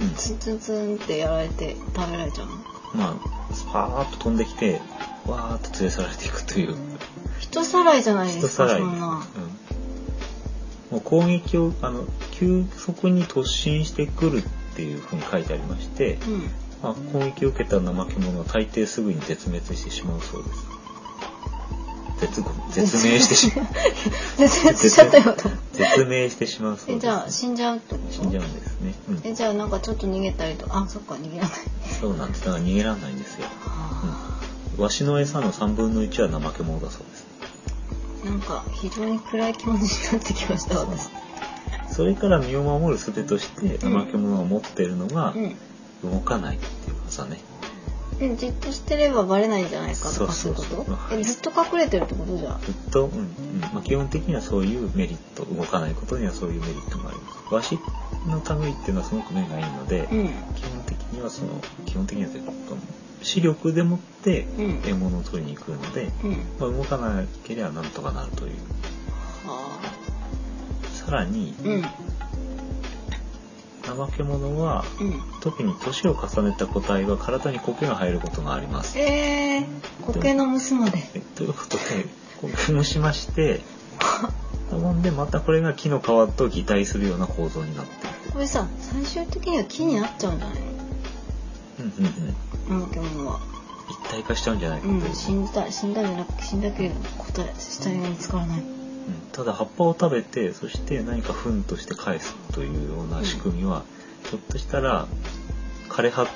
S1: うん
S2: ツンツンツンってやられて食べられちゃうの
S1: まあスパーッと飛んできてわーっと連れ去られていくという
S2: 人さらいじゃないで
S1: 人
S2: す
S1: さ
S2: から
S1: い
S2: そ
S1: です、
S2: んな
S1: うん、もう攻撃をあの急速に突進してくるっていうふうに書いてありまして、
S2: うん
S1: まあ、攻撃を受けた怠け者は大抵すぐに絶滅してしまうそうです絶後絶命して しまう
S2: 絶滅しちゃったよと
S1: 絶命してしまうそう
S2: え
S1: です
S2: じゃあ死んじゃうってこと
S1: 死んじゃうんですね、うん、
S2: えじゃあなんかちょっと逃げたりとあそっか逃げられない
S1: そうなんですだから逃げられないんですよ
S2: は
S1: わしの餌の3分の1は怠け者だそうです
S2: あなんか非常に暗い気持ちになってきました私
S1: それから身を守る術として
S2: うん
S1: 怠け者が持ってるのが
S2: うん
S1: 動かないっていう技ね、
S2: えじっとしてればバレないんじゃないかとか
S1: そ
S2: そ
S1: うう
S2: い
S1: そ
S2: う
S1: うそう
S2: ことえずっと隠れてるってことじゃ
S1: ずっと、うんうんまあ、基本的にはそういうメリット動かないことにはそういうメリットもありますわしの類っていうのはすごく目がいいので、
S2: うん
S1: 基本的にはその基本的にはというか視力でもって
S2: うん
S1: 獲物を取りに行くので、
S2: うん
S1: まあ、動かなければなんとかなるという
S2: はあ
S1: さらに
S2: うん
S1: 怠け者は
S2: うん
S1: 特に年を重ねた個体は体に苔が生えることがあります
S2: えー、苔の虫まで
S1: えということで苔をしましてなんでまたこれが木の皮と擬態するような構造になってい
S2: これさ最終的には木になっちゃうんじゃない
S1: る、うんうんうん、
S2: の怠け者は
S1: 一体化しちゃうんじゃないかという、
S2: うん死んだ死んだんじゃなく死んだけれども答え死体が見つからない
S1: うんただ葉っぱを食べてそして何か糞として返すというような仕組みは、ひょっとしたら枯れ葉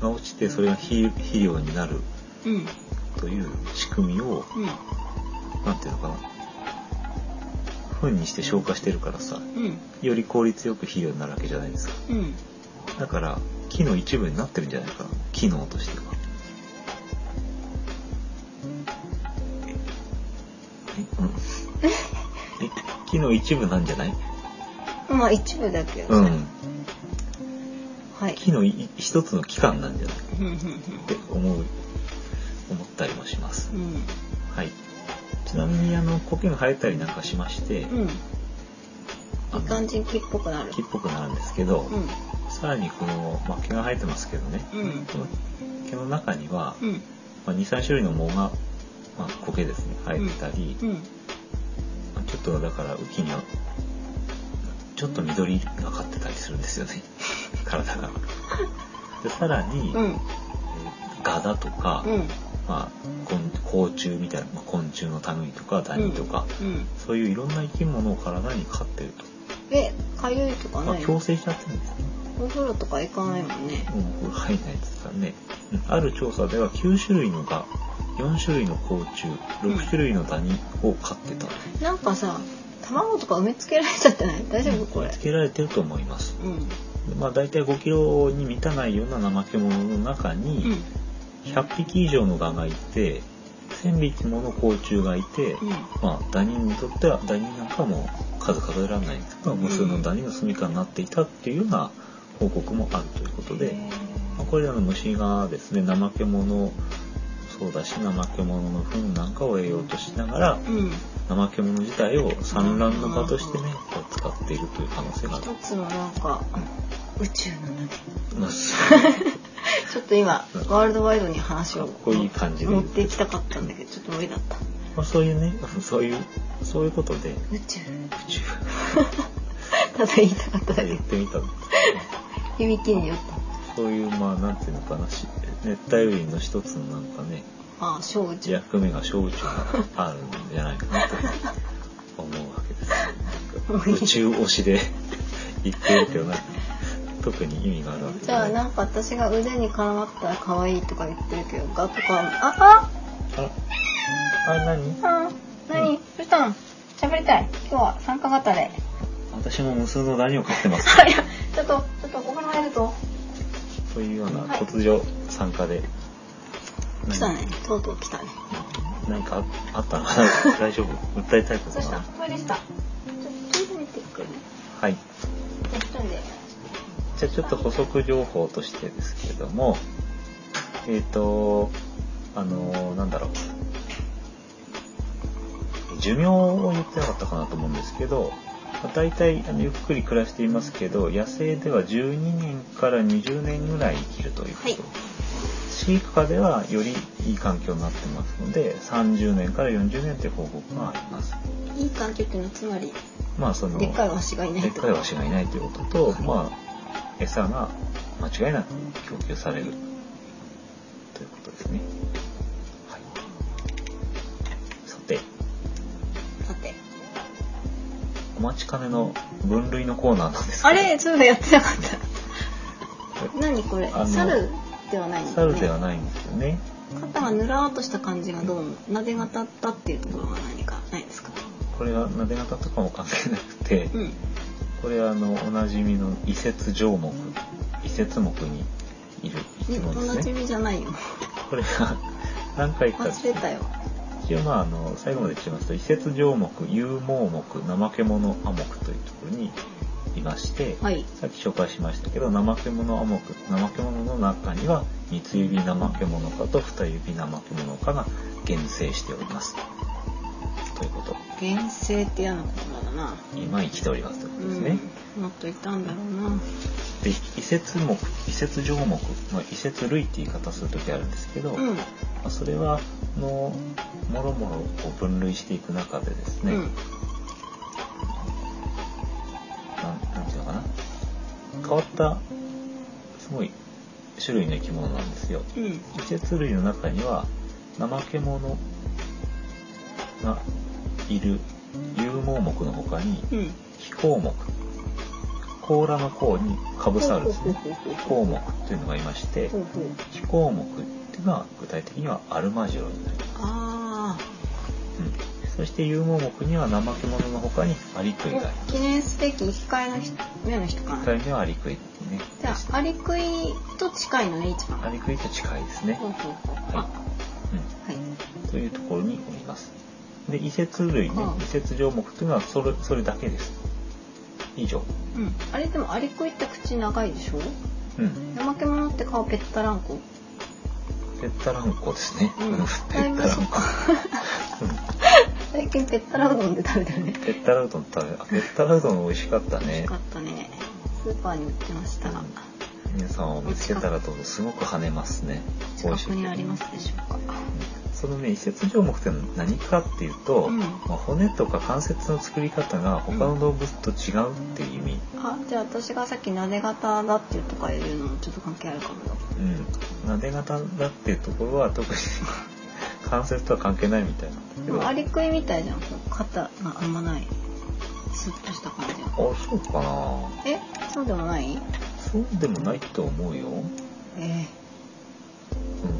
S1: が落ちてそれが肥肥料になる
S2: うん
S1: という仕組みをなんていうのかな糞にして消化してるからさ
S2: うんうん
S1: より効率よく肥料になるわけじゃないですか
S2: うん
S1: だから木の一部になってるんじゃないかな機能としては。えうん、 え木の一部なんじゃない
S2: まあ一部だけど、
S1: う
S2: はい
S1: ん。
S2: はい
S1: 木のい一つの器官なんじゃないっ
S2: うんうん
S1: て思う、思ったりもします
S2: う。ん
S1: はい。ちなみに、あの、苔が生えたりなんかしまして、
S2: うんうん
S1: あ
S2: いい感
S1: の
S2: じに木っぽくなる
S1: 木っぽくなるんですけど、
S2: うん
S1: さらにこの、まあ、毛が生えてますけどね、
S2: うん
S1: この毛の中には、
S2: うん
S1: まあ、23種類の藻が、まあ、苔ですね生えてたり、
S2: うん
S1: まあちょっとだから雨季にはちょっと緑がかってたりするんですよ ね体が。でさらに、
S2: う
S1: え
S2: ん
S1: ーガだとか、
S2: うん
S1: まあ、昆甲虫みたいな、まあ昆虫の類とかダニとか、
S2: うん
S1: そういういろんな生き物を体に飼ってると、
S2: えかゆいとか
S1: まあ、
S2: ない
S1: 強
S2: の
S1: 制しちゃってるんですね。
S2: お風呂とか行かないもんね
S1: うん、これ入んないですからね。うんある調査では9種類のが4種類の甲虫
S2: うん
S1: 6種類のダニを飼ってた、
S2: なんかさ卵とか埋め付けられちゃってない大丈夫これ
S1: つけられてると思います、
S2: うん
S1: でまあ、大体5キロに満たないような怠け者の中
S2: う
S1: に
S2: ん
S1: 100匹以上の蛾がいて1000匹もの甲虫がいて、
S2: うん
S1: まあ、ダニにとってはダニなんかも数数えられないんですが無数のダニの住みかになっていたっていうような報告もあるということで、まあ、これらの虫がですね怠け者そうだし怠け者の糞なんかを栄養としながら
S2: うん
S1: 怠け者自体を産卵の場としてねこう使っているという可能性がある
S2: 一。つのなんか宇宙の中に
S1: まあす
S2: ちょっと今ワールドワイドに話
S1: か
S2: を
S1: っこいい感じで
S2: 持っていきたかったんだけどちょっと無理だった
S1: まあ、 そういうね、そういう、そういうことで、
S2: 宇宙
S1: 宇宙
S2: ただ言いたかっただ
S1: 言
S2: け
S1: ってみたんです
S2: 響きによって
S1: そういう、まあ、なんていうのかな、し熱帯雨林の一つのなんかね、
S2: ああ小宇宙
S1: 役目が小宇宙があるんじゃないかなと思うわけです。なんか宇宙推しで言ってるけどな、特に意味があるわけ
S2: じゃあ
S1: な。
S2: ないんか私が腕に絡まったら可愛いとか言ってるけどガとかあ
S1: あら、あれ何
S2: ああ何どうしたの喋りたい今日は参加型で
S1: 私も無数のダニを飼ってます。
S2: あいやちょっとちょっとここ入ると
S1: というような突如参加で。
S2: 来たねとうとう来たね
S1: 何かああったのかな 大丈夫訴えたいこと
S2: そし
S1: か
S2: た
S1: な
S2: ら無理したちょっと見てくる
S1: はい。
S2: じゃあ一人で
S1: じゃあちょっと補足情報としてですけども、えっ、と、あのーなんだろう。寿命を言ってなかったかなと思うんですけど、まあ、大体あのゆっくり暮らしていますけど、野生では12年から20年ぐらい生きるということ。
S2: はい
S1: 飼育下ではよりいい環境になってますので、30年から40年という報告があります。
S2: いい環境っていうのはつまり
S1: まあその
S2: でっかいワシがいない
S1: でっ
S2: と
S1: かいワシがいないということと、まあ、餌が間違いなく供給されるということですね。はい。さて、
S2: さて
S1: お待ちかねの分類のコーナーなんですけど
S2: あれそういえばやってなかった 何これ
S1: あの
S2: 猿ではないんだよ
S1: 猿
S2: ね
S1: ではないんですよね。
S2: 肩がぬらーっとした感じがどうもなでがたったっていうところが何かないですか
S1: これはなで方とかも関係なくて、
S2: うん
S1: これはあの、おなじみの移節条目、移節目にいる生き
S2: ねお
S1: 物
S2: な
S1: です
S2: じ
S1: ね。
S2: みじゃないよ
S1: これが何回か
S2: 忘れたよ
S1: 一応まああの最後まで言ってますと「移設条目有毛目怠け者亜目」というところにいまして、
S2: はい
S1: さっき紹介しましたけど怠け者亜目怠け者の中には三つ指怠け者かと二指怠け者かが厳生しております。ということ
S2: 原生って嫌な言葉だな
S1: 今生きておりますというこ
S2: う
S1: とですね。
S2: んもっといたんだろうな
S1: で移設目移設条目、まあ、移設類って言い方する時あるんですけど、
S2: うん
S1: まあそれはあのもろもろこう分類していく中でですね、
S2: うん
S1: なんなんていうのかな変わったすごい種類の生き物なんですよ。
S2: うん
S1: 季節類の中には怠け者がいる有毛目の他に
S2: うん
S1: 非項目甲羅の甲にかぶさるですね
S2: ほうほうほうほう
S1: 非項目というのがいまして
S2: ほうほう
S1: 非項目っていうのは具体的にはアルマジロになります。
S2: あ
S1: うんそして有毛目には怠け者の他にアリクイがいる。
S2: あ記念すべき生き返の人目の人か
S1: 1
S2: な
S1: 回目はアリクイですね。
S2: じゃあアリクイと近いのね一番
S1: アリクイと近いですね。
S2: ほうほうほうあ
S1: はいう
S2: はい
S1: ん、というところにおります。で、移設類ね
S2: う、ん
S1: 移設条目というのはそれそれだけです。以上。
S2: うんあれでもアリクイって口長いでしょ
S1: うん。
S2: 怠け者って顔ぺったらんこ
S1: ペッタランコですね。
S2: う
S1: ペ
S2: んだい
S1: ッタ
S2: ぶ
S1: ラ
S2: そ
S1: ン
S2: っ
S1: コ
S2: か。最近ペッタラうどんで食べたよね
S1: ペッタラうどん食べ、あペッタラうどん美味しかった
S2: 美味
S1: ね
S2: しか。ったねスーパーに売ってましたが
S1: 皆さんを見つけたらと思うすごく跳ねますね。美
S2: 近
S1: 味しい
S2: く。にありますでしょうか
S1: そのね、移設条目って何かっていうと、
S2: うん
S1: まあ、骨とか関節の作り方が他の動物と違うっていう意味。
S2: あじゃあ私がさっきなで型だっていうとかいうのもちょっと関係あるかもよ
S1: うん、なで型だっていうところは特に 関節とは関係ないみたいなんだけ
S2: で
S1: ど
S2: も
S1: あ
S2: アリクイみたいじゃんこう肩があんまないスッとした感じが
S1: そうかな
S2: えそうでもない
S1: そうでもないと思うよ、うん、
S2: え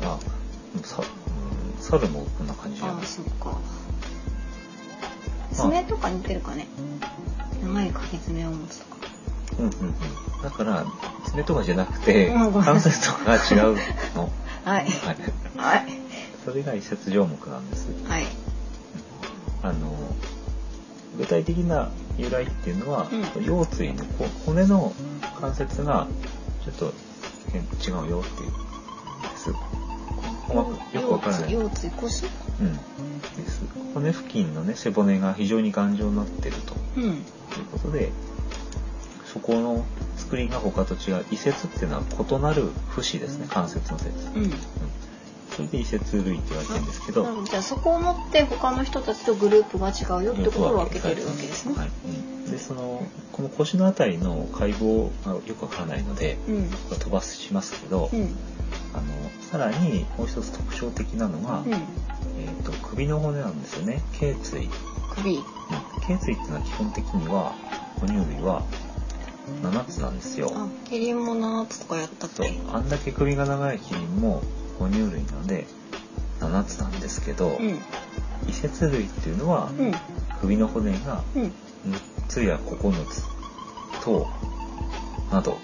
S1: あさ、うん、猿もこんな感じ
S2: ー、
S1: じゃ
S2: あ
S1: な
S2: あ
S1: い
S2: そっか爪とか似てるかね長いかけ爪を持つとか
S1: うんうんうんだから爪とかじゃなくて
S2: うんごめん
S1: 関節とかが違うの
S2: は
S1: は
S2: い
S1: い
S2: はい
S1: それが一節条目なんです。
S2: はい。
S1: あの、具体的な由来っていうのは、
S2: うん
S1: 腰椎のこ骨の関節がちょっと変違うよっていうです。細かくよくわからない。うん。
S2: 腰椎腰
S1: です。骨付近のね、背骨が非常に頑丈になってると
S2: うん。
S1: いうことで、そこの作りが他と違う、移節っていうのは異なる節ですね、関節の節。うん
S2: うん。
S1: それで移節類って言われてるんですけど、
S2: なのでじゃあそこを持って他の人たちとグループが違うよってことを分けてるわけですね。
S1: はいでそのこの腰のあたりの解剖がよくわからないので
S2: うん。
S1: これ飛ばしますけど、
S2: うん。
S1: あのさらにもう一つ特徴的なのが、
S2: うん。
S1: えー、と首の骨なんですよね頸椎、うん
S2: 首。
S1: 頸椎っていうのは基本的には哺乳類は7つなんですよ
S2: あ、キリンも7つとかやったっ
S1: そう
S2: け
S1: あんだけ首が長いキリンも哺乳類なので7つなんですけど、
S2: うん。
S1: 異節類っていうのは
S2: うん。
S1: 首の骨が
S2: うん。
S1: 6つや9つとなど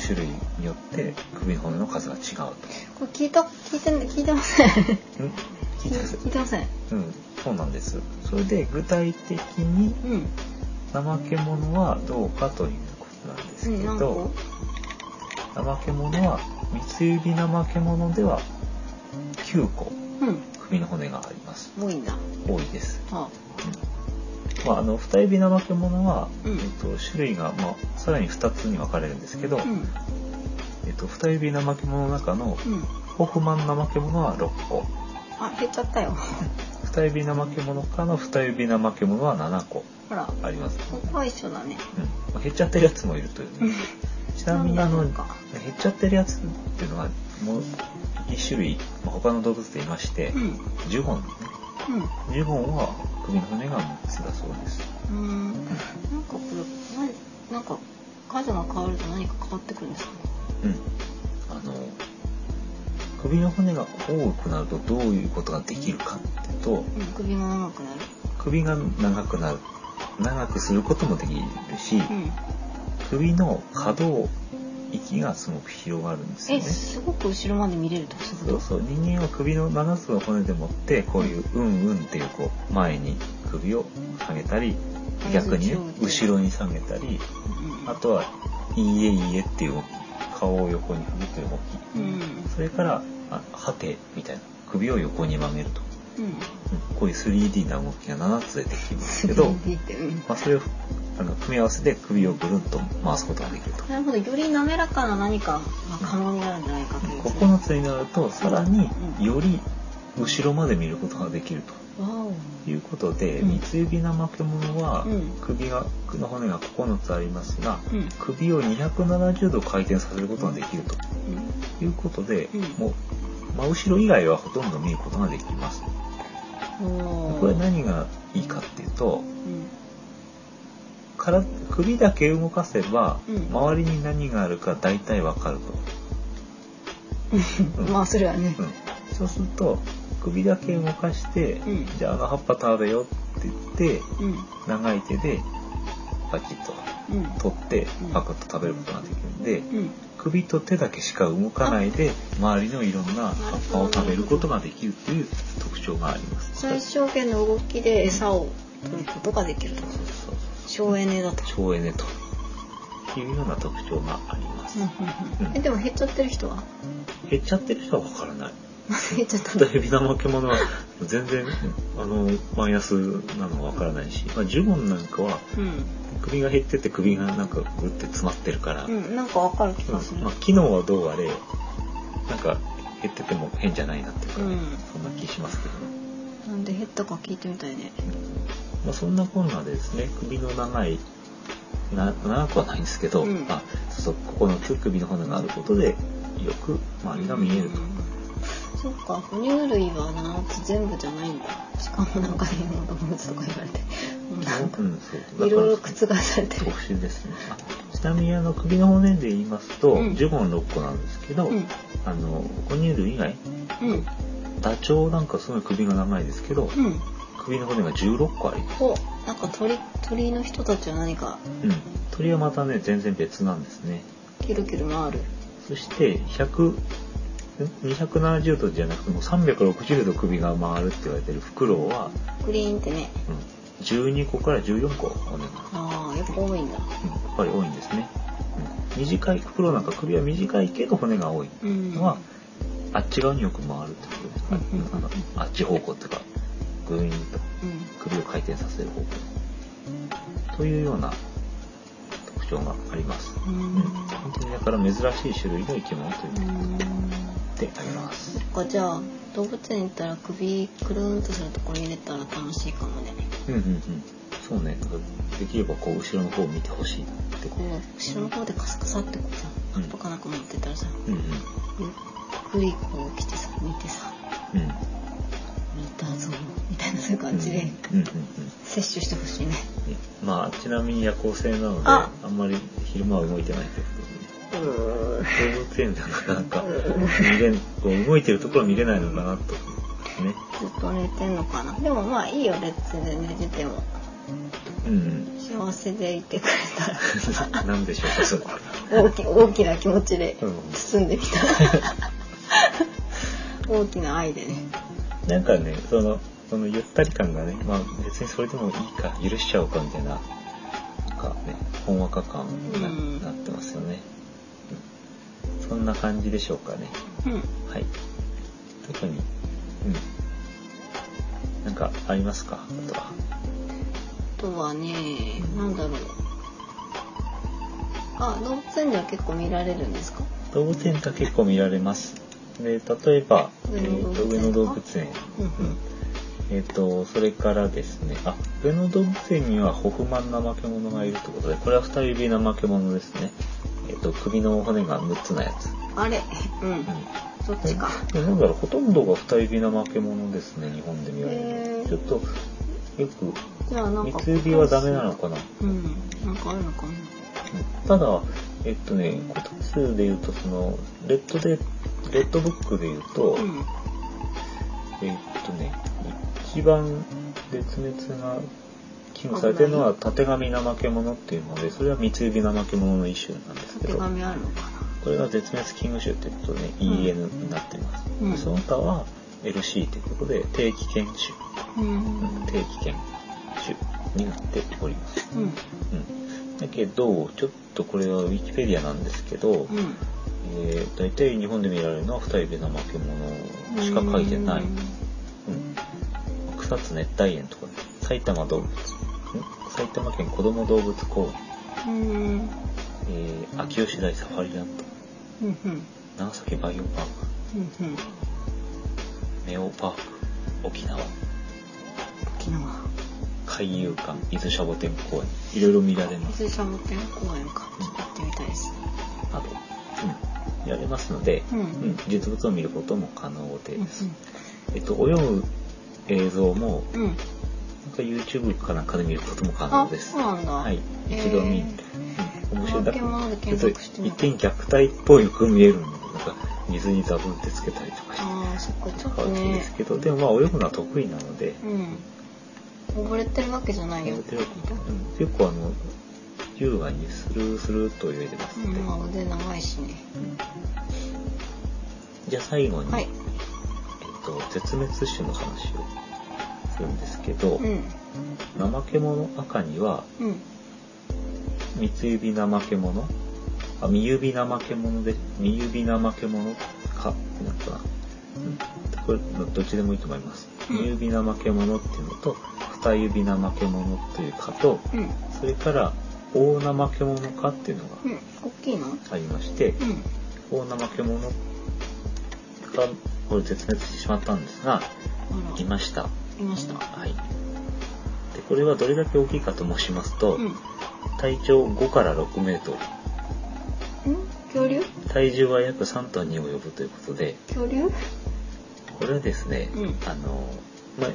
S1: 種類によって首の骨の数が違うと。
S2: これ聞いた、聞いてん、聞いてません。
S1: ん聞いてます
S2: 聞いてません。
S1: うん、そうなんです。それで具体的に
S2: うん。
S1: 怠け者はどうかということなんです
S2: う
S1: け
S2: ん、何
S1: ど
S2: 個、
S1: 怠け者は三つ指怠け者では9個
S2: うん。
S1: 首の骨があります。
S2: 多いんだ。
S1: 多いです。
S2: あ
S1: うんまあ、あの二指怠け者は、
S2: うん
S1: えっと、種類が、まあ、さらに2つに分かれるんですけど、
S2: うん。
S1: えっと、二指怠け者の中の
S2: うん。
S1: ホフマン怠け者は6個
S2: あ、減っちゃったよ。
S1: 二指怠け者かの二指怠け者は7個
S2: ほら、
S1: あります、
S2: ここは一緒だね。
S1: うんまあ、減っちゃってるやつもいるというねちなみにあの減っちゃってるやつっていうのはもう1種類、まあ、他の動物でいまして
S2: うん。
S1: ジュゴンね
S2: うん。
S1: ジュゴンは首の骨が6つだそうです
S2: うーん、なんかこれ、ななんか数が変わると何か変わってくるんですかね。
S1: うんあの首の骨が多くなるとどういうことができるかっていうと
S2: うん、首が長くなる。
S1: 首が長くなる長くすることもできるし、
S2: うん。
S1: 首の可動域がすごく広がるんですよ
S2: え、
S1: ね。
S2: すごく後ろまで見れるってこと
S1: そ
S2: で
S1: う
S2: す
S1: そう人間は首の7つの骨でもってこういう「うんうん」っていうこう前に首を下げたり
S2: はい
S1: 逆にね
S2: 後
S1: 後
S2: ろ
S1: ろに下げたりあ
S2: か
S1: とは「いいえいいえ」っていう動き顔を横に振るという動き
S2: うん。うん。うん。
S1: それから「あはて」みたいな首を横に曲げると、
S2: うん。、
S1: うんこういう 3D な動きが7つ出てきますけど
S2: ってうん
S1: まあ、それをあの組み合わせて首をぐるんと回すことができると。
S2: なるほど、より滑らかな何かが可能になるんじゃないかという。
S1: 9つになるとさらに
S2: うん
S1: より後ろまで見ることができると。
S2: わお。
S1: ということで、
S2: うん
S1: 三つ指怠け者は
S2: うん
S1: 首が、の骨が9つありますが、
S2: うん。うん。
S1: 首を270度回転させることができるということで、
S2: うん
S1: もう真後ろ以外はほとんど見ることができます。
S2: おー
S1: これ何がいいかっていうと、
S2: うん。
S1: から首だけ動かせば、
S2: うん
S1: 周りに何があるか大体わかると。うん
S2: まあ、それはね。
S1: うんそうすると、首だけ動かして、
S2: うん
S1: じゃああの葉っぱ食べよって言って、
S2: うん。
S1: 長い手でパキッと
S2: うん。
S1: 取って
S2: うん
S1: パクッと食べることができるんで、
S2: うん。
S1: 首と手だけしか動かないで周りのいろんな葉っぱを食べることができるっていう特徴があります。
S2: 最小限の動きで餌を取ることができると。
S1: そうそう
S2: 省エネだと。
S1: そう省エネというような特徴があります。うん
S2: えでも減っちゃってる人は
S1: 減っちゃってる人はわからない。
S2: 減っちゃったん
S1: た
S2: だ。
S1: だエビナ負け者は全 然あのマイナスなのはわからないし、まあ、ジュゴンなんかは
S2: うん。
S1: 首が減ってて首がなんかグって詰まってるから、
S2: うん、なんかわかる気がする。
S1: まあ、機能はどうあれなんか減ってても変じゃないなっていうかね、
S2: うん
S1: そんな気しますけど、
S2: なんで減ったか聞いてみたいね。
S1: まあ、そんなこんなでですね首の長いな長くはないんですけど、
S2: うん
S1: まあ、そうそうここの手首の骨があることでよく周りが見えると、
S2: うんそっか、哺乳類は7つ全部じゃないんだ。しかもなんかね、動物とか言われて。もうなんか
S1: う、んそうだ から
S2: いろいろ覆されてる。
S1: 特殊ですねあちなみにあの首の骨で言いますと、
S2: うん
S1: ジュゴン6個なんですけど、
S2: うん。
S1: あの哺乳類以外
S2: うん。
S1: ダチョウなんかすごい首が長いですけど、
S2: うん。
S1: 首の骨が16個あります
S2: お、なんか鳥、鳥の人たちは何か、
S1: うん、鳥はまたね全然別なんですね
S2: キルキル回る。
S1: そして100 270度じゃなくてもう360度首が回るって言われてるフクロウは、
S2: グリーンってね。
S1: うん、12個から14個骨が、
S2: ああ、やっぱ多いんだ。
S1: うん、やっぱり多いんですね、うん、短いフクロウなんか首は短いけど骨が多い
S2: うん。
S1: のは、あっち側によく回るってことですか、ね
S2: うんうんうん
S1: あのあっち方向っていうかグイーンと
S2: うん。
S1: 首を回転させる方向というような特徴があります、
S2: う
S1: うん
S2: ん。
S1: 本当にだから珍しい種類の生き物という
S2: う
S1: こ
S2: ん。
S1: とであります
S2: そっか、じゃあ、動物園行ったら首くるんとするところに入れたら楽しいかもね。
S1: うんうんうんそうねできればこう後ろの方を見てほしいってこ
S2: こう、後ろの方でカサカサってこうさ、
S1: うん
S2: 葉っぱかなんか持ってたらさ、
S1: とうんうん
S2: ゆっくりこう来てさ、見てさ、
S1: うん
S2: 見たぞ、みたいなそういう感じで、
S1: うんうんうんうん
S2: 摂取してほしいね。
S1: まあちなみに夜行性なのであ
S2: あ
S1: んまり昼間は動いてないけ
S2: うん。
S1: ど、ね、動物園だからなんか見れんこう動いてるところは見れないのかなとね
S2: ずっと寝てんのかな。でもまあいいよ、別に寝てても。
S1: うんうん
S2: 幸せでいてくれたら。
S1: なんでしょうかそれは
S2: 大き大きな気持ちで
S1: うん
S2: 包んでみた 大きな愛でね
S1: なんかねそのそのゆったり感がねまあ別にそれでもいいか許しちゃおうかみたいななんかねほんわか感にな,、
S2: うん
S1: なってますよね、うんそんな感じでしょうかね
S2: うん
S1: はい特にうんなんかありますかあとは
S2: あとはねなんだろうあ動物園では結構見られるんですか
S1: 動物園が結構見られます。で例えば、え
S2: 上
S1: ー
S2: 野動物
S1: と
S2: 園
S1: 上野動物園、
S2: うんうん
S1: えっ、とそれからですね、あ上野動物園にはホフマンナマケモノがいるということで、これは二指ナマケモノですね。えっ、と首の骨が6つのやつ。
S2: あれうん
S1: う
S2: そっちか
S1: ん。なんだろうほとんどが二指ナマケモノですね日本で見られる
S2: へー
S1: の。ちょっとよく
S2: じゃあなんか
S1: 三つ指はダメなのかな。
S2: うんなんかあるのかな
S1: ただ、えっとね、個数で言うと、その、レッドで、レッドブックで言うと、
S2: うん
S1: えっとね、一番絶滅が危惧されてるのは、たてがみ怠け者っていうので、それは三つ指怠け者の一種なんです
S2: た
S1: け
S2: て
S1: ど、
S2: がみあるのか
S1: これが絶滅危惧種ってことで、ね、
S2: ん
S1: EN になってます。
S2: うん
S1: でその他は LC ということで、定期犬種、
S2: なうん
S1: うん定期犬種になっております。
S2: うん
S1: うんだけど、ちょっとこれはウィキペディアなんですけど、
S2: うん
S1: えー大体日本で見られるのは二指の負け物しか書いてない。うん草津熱帯園とかね、埼玉動物、ん埼玉県子ども動物公園、
S2: うんうん
S1: えー秋吉台サファリランド、
S2: うんうん
S1: 長崎バイオパーク、
S2: うんうん
S1: ネオパーク、沖縄、
S2: 沖縄
S1: 海遊館、伊豆シャボテン公園、いろいろ見られます。
S2: 伊豆シャボテン公園かちょっと行ってみたいですね
S1: など、うん、見られますので、
S2: うん
S1: うん、実物を見ることも可能
S2: うん
S1: です。えっと、泳ぐ映像も、
S2: うんうん
S1: なんか YouTube かなんかで見ることも可能
S2: あ
S1: です。
S2: そうなんだ
S1: はい。
S2: へー
S1: 一度見、うん、面白い。だ
S2: 化け物で
S1: ちょっと
S2: 検索してみ
S1: 一
S2: よう
S1: 見虐待っぽいく見えるんで、なんか水にザブンってつけたりとかして、
S2: ああそっかちょっ
S1: 可
S2: と
S1: 愛いで
S2: ね
S1: すけど、でもまあ泳ぐのは得意なので、
S2: うん溺れてるわけじゃない
S1: や
S2: よ
S1: ってるうん結構あの、優雅にスルースルーっと泳いでます
S2: う
S1: ので。
S2: んまあ腕長いしね
S1: うんじゃあ最後に、
S2: はい
S1: えっと、絶滅種の話をするんですけど、
S2: うん
S1: 怠け者赤には
S2: うん
S1: 三つ指怠け者あ三指怠け者で三指怠け者かってなったな、うん、これどっちでもいいと思います
S2: うん
S1: 三指怠け者っていうのと二指怠け者というかと
S2: うんうん
S1: それから大怠け者かっていうのが
S2: 大きいのうん
S1: ありまして、大怠け者がこれ絶滅してしまったんですが
S2: あら
S1: いました
S2: いました
S1: はいでこれはどれだけ大きいかと申しますと、
S2: うんん
S1: 体長5から6メートル
S2: 恐竜
S1: 体重は約3トンに及ぶということで
S2: 恐竜
S1: これはですね、
S2: うん
S1: あのまあ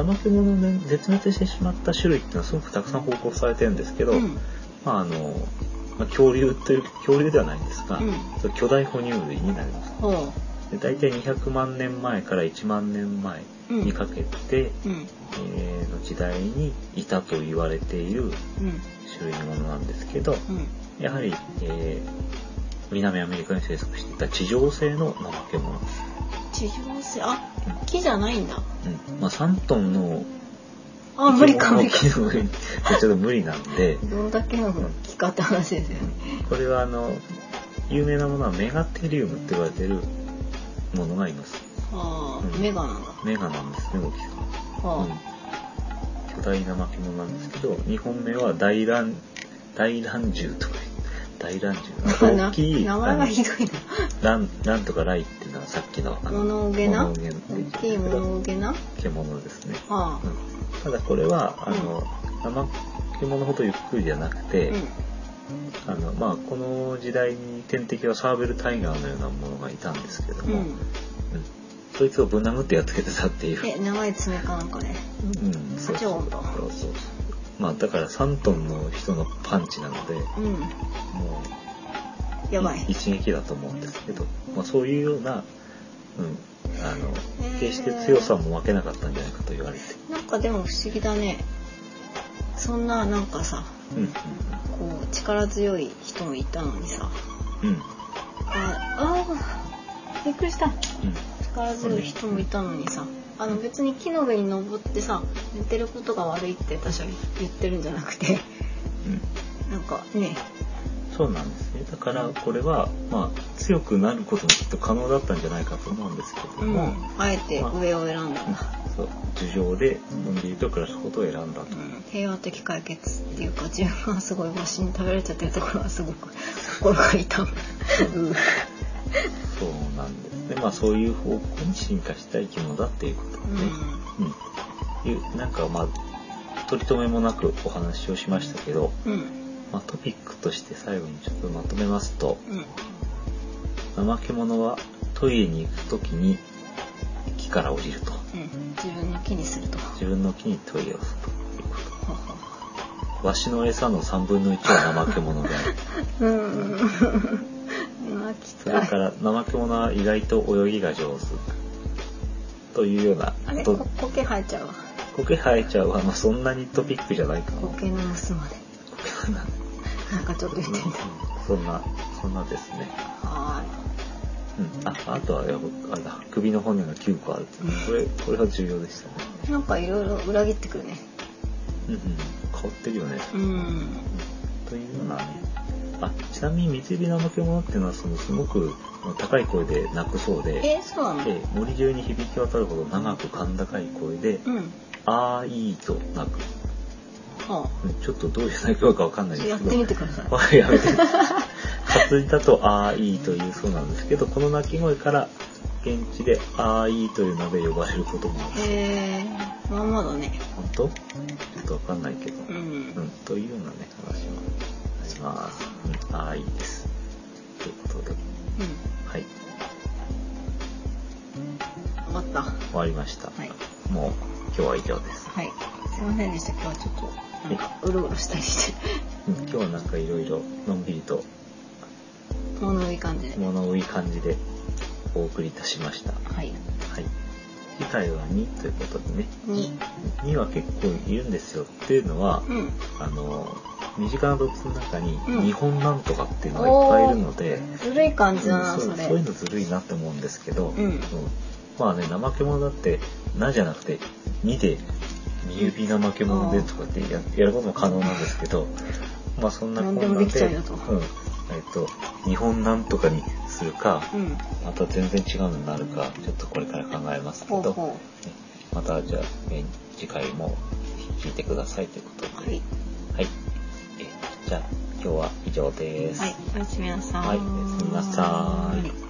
S1: 怠け者で絶滅してしまった種類っていうのはすごくたくさん報告されてるんですけど、
S2: うん
S1: まああの、まあ、恐竜という恐竜ではないんですが、
S2: うん
S1: そう巨大哺乳類になります
S2: ほ
S1: で大体200万年前から1万年前
S2: ううん
S1: にかけて、
S2: うん
S1: えーの時代にいたと言われている
S2: うん
S1: 種類のものなんですけど、
S2: うん
S1: やはり、え南アメリカに生息していた地上性のナマケモノ。
S2: 地上性あ木じゃないんだ
S1: うん。まあ、3トンの
S2: あ無理か無理か
S1: 木の上にちょっと無理なんで、
S2: どんだけの木かって話ですよね
S1: これはあの、有名なものはメガテリウムって言われてるものがいます。
S2: あ
S1: う
S2: あ
S1: ん
S2: メガなんだ
S1: メガなんですね、大きさが。
S2: あ
S1: うん。巨大な巻物なんですけど、2本目は大乱、大乱獣とかいう。大乱
S2: あ
S1: 獣。
S2: な
S1: 大きい、
S2: 名前がひどいな
S1: 乱、乱とか雷っていうのはさっきの、あの、
S2: 物憂げな
S1: 物憂げの
S2: 大きい物憂げな
S1: 獣ですね。
S2: ああ
S1: うんただこれは、あの、怠け者ほどゆっくりじゃなくて、
S2: うん
S1: あの、まあ、この時代に天敵はサーベルタイガーのようなものがいたんですけど
S2: う
S1: も、
S2: ん
S1: うんそいつをぶん殴ってやっつけてたっていう。
S2: え長い爪かなんかね
S1: うん、そうそうそう
S2: 長
S1: そうそう。まあ、だから3トンの人のパンチなので、も
S2: うん
S1: う、
S2: やばい
S1: 一撃だと思うんですけど、まあ、そういうような、うん、あの
S2: へー、
S1: 決して強さも負けなかったんじゃないかと言われて。
S2: なんかでも不思議だねそんななんかさ
S1: うん、うん、
S2: こう力強い人もいたのにさ
S1: うん。うん
S2: ああーびっくりした
S1: うん
S2: 力強い人もいたのにさあの別に木の上に登ってさ寝てることが悪いって私は言ってるんじゃなくて
S1: うん
S2: なんかね
S1: そうなんですね。だからこれは、まあ、強くなることもきっと可能だったんじゃないかと思うんですけど
S2: うん
S1: も、
S2: あえて上を選んだんだ、
S1: そう、樹上でのんびりと暮らすことを選んだと。
S2: うん、平和的解決っていうか自分はすごい虫に食べられちゃってるところはすごく 心が痛む、うん、
S1: そうなんですね。まあ、そういう方向に進化した生き物だっていうこと
S2: う
S1: ね。
S2: ん
S1: うん。いう、なんかまあ、取り留めもなくお話をしましたけど、
S2: うん
S1: まあ、トピックとして最後にちょっとまとめますと、
S2: うん
S1: 怠け者はトイレに行くときに木から降りると。
S2: うん自分の気にするとは
S1: 自分の木にトイレをするということ。
S2: はは
S1: わしの餌の3分の1は怠け者である。
S2: うん泣き
S1: そ
S2: た
S1: れ
S2: い
S1: から怠け者は意外と泳ぎが上手。というような
S2: あれ
S1: こ
S2: こ苔生えちゃうわ
S1: と。苔生えちゃうは、まあ、そんなにトピックじゃないかな。苔
S2: 苔の薄まで
S1: はなんです
S2: なんかちょっと言ってみたい
S1: そんな、そんなですね。
S2: は
S1: うん。あ、あとはやっぱ、あれだ、首の骨が9個あるっていうこれ、これは重要でしたね。
S2: ーいなんかいろいろ裏切ってくるね
S1: うんうん。変わってるよね。
S2: うん
S1: というようなね。あ、ちなみに三び怠け者っていうのは、その、すごく高い声で鳴くそうで。
S2: えそうなの
S1: で森中に響き渡るほど長く甲高い声で
S2: うん
S1: 「あーいい」と鳴く
S2: は
S1: うんちょっとどういう鳴き声かわかん
S2: あ
S1: ない
S2: ちょっ
S1: で
S2: と
S1: すけど
S2: やってみてください
S1: はいやめて活字だと「あーいい」というそうなんですけどこの鳴き声から現地で「あーいい」という名で呼ばれることもある
S2: えー、まんまだね
S1: 本当ちょっとわかんないけど
S2: う
S1: うんんというようなね話もありますうんあーいいですということで
S2: う
S1: はい
S2: んわかったは
S1: 終わりました
S2: い
S1: もう今日は以上です
S2: はいすいませんでした今日はちょっとなんかうろうろしたりして
S1: うん今日はなんかいろいろのんびりと
S2: 物多い感じで
S1: 物多い感じでお送りいたしました。は
S2: はい
S1: い。次回は2ということでね、
S2: に
S1: 2は結構いるんですよっていうのは、
S2: うん
S1: あの、身近な動物の中に
S2: うん
S1: 日本なんとかっていうのがいっぱいいるので、
S2: ずるい感じだ
S1: う
S2: なん
S1: そうそ
S2: そ
S1: ういう
S2: れ
S1: のずるいなと思うんですけど、
S2: うん
S1: まあね、怠け者だって、なじゃなくて、2で、身指怠け者でとかってややることも可能なんですけど、まあそんなこんな
S2: 何でもできちゃうよと
S1: うん、えっと、日本なんとかにするか、
S2: うん
S1: また全然違うのになるか、ちょっとこれから考えますけ
S2: ほう
S1: ど、
S2: ほ
S1: またじゃあ、えー次回も聞いてくださいということで、
S2: うはい
S1: はい。えーじゃあ、今日は以上です。
S2: はいおやすみなさ
S1: はいいおやすみなさい
S2: はい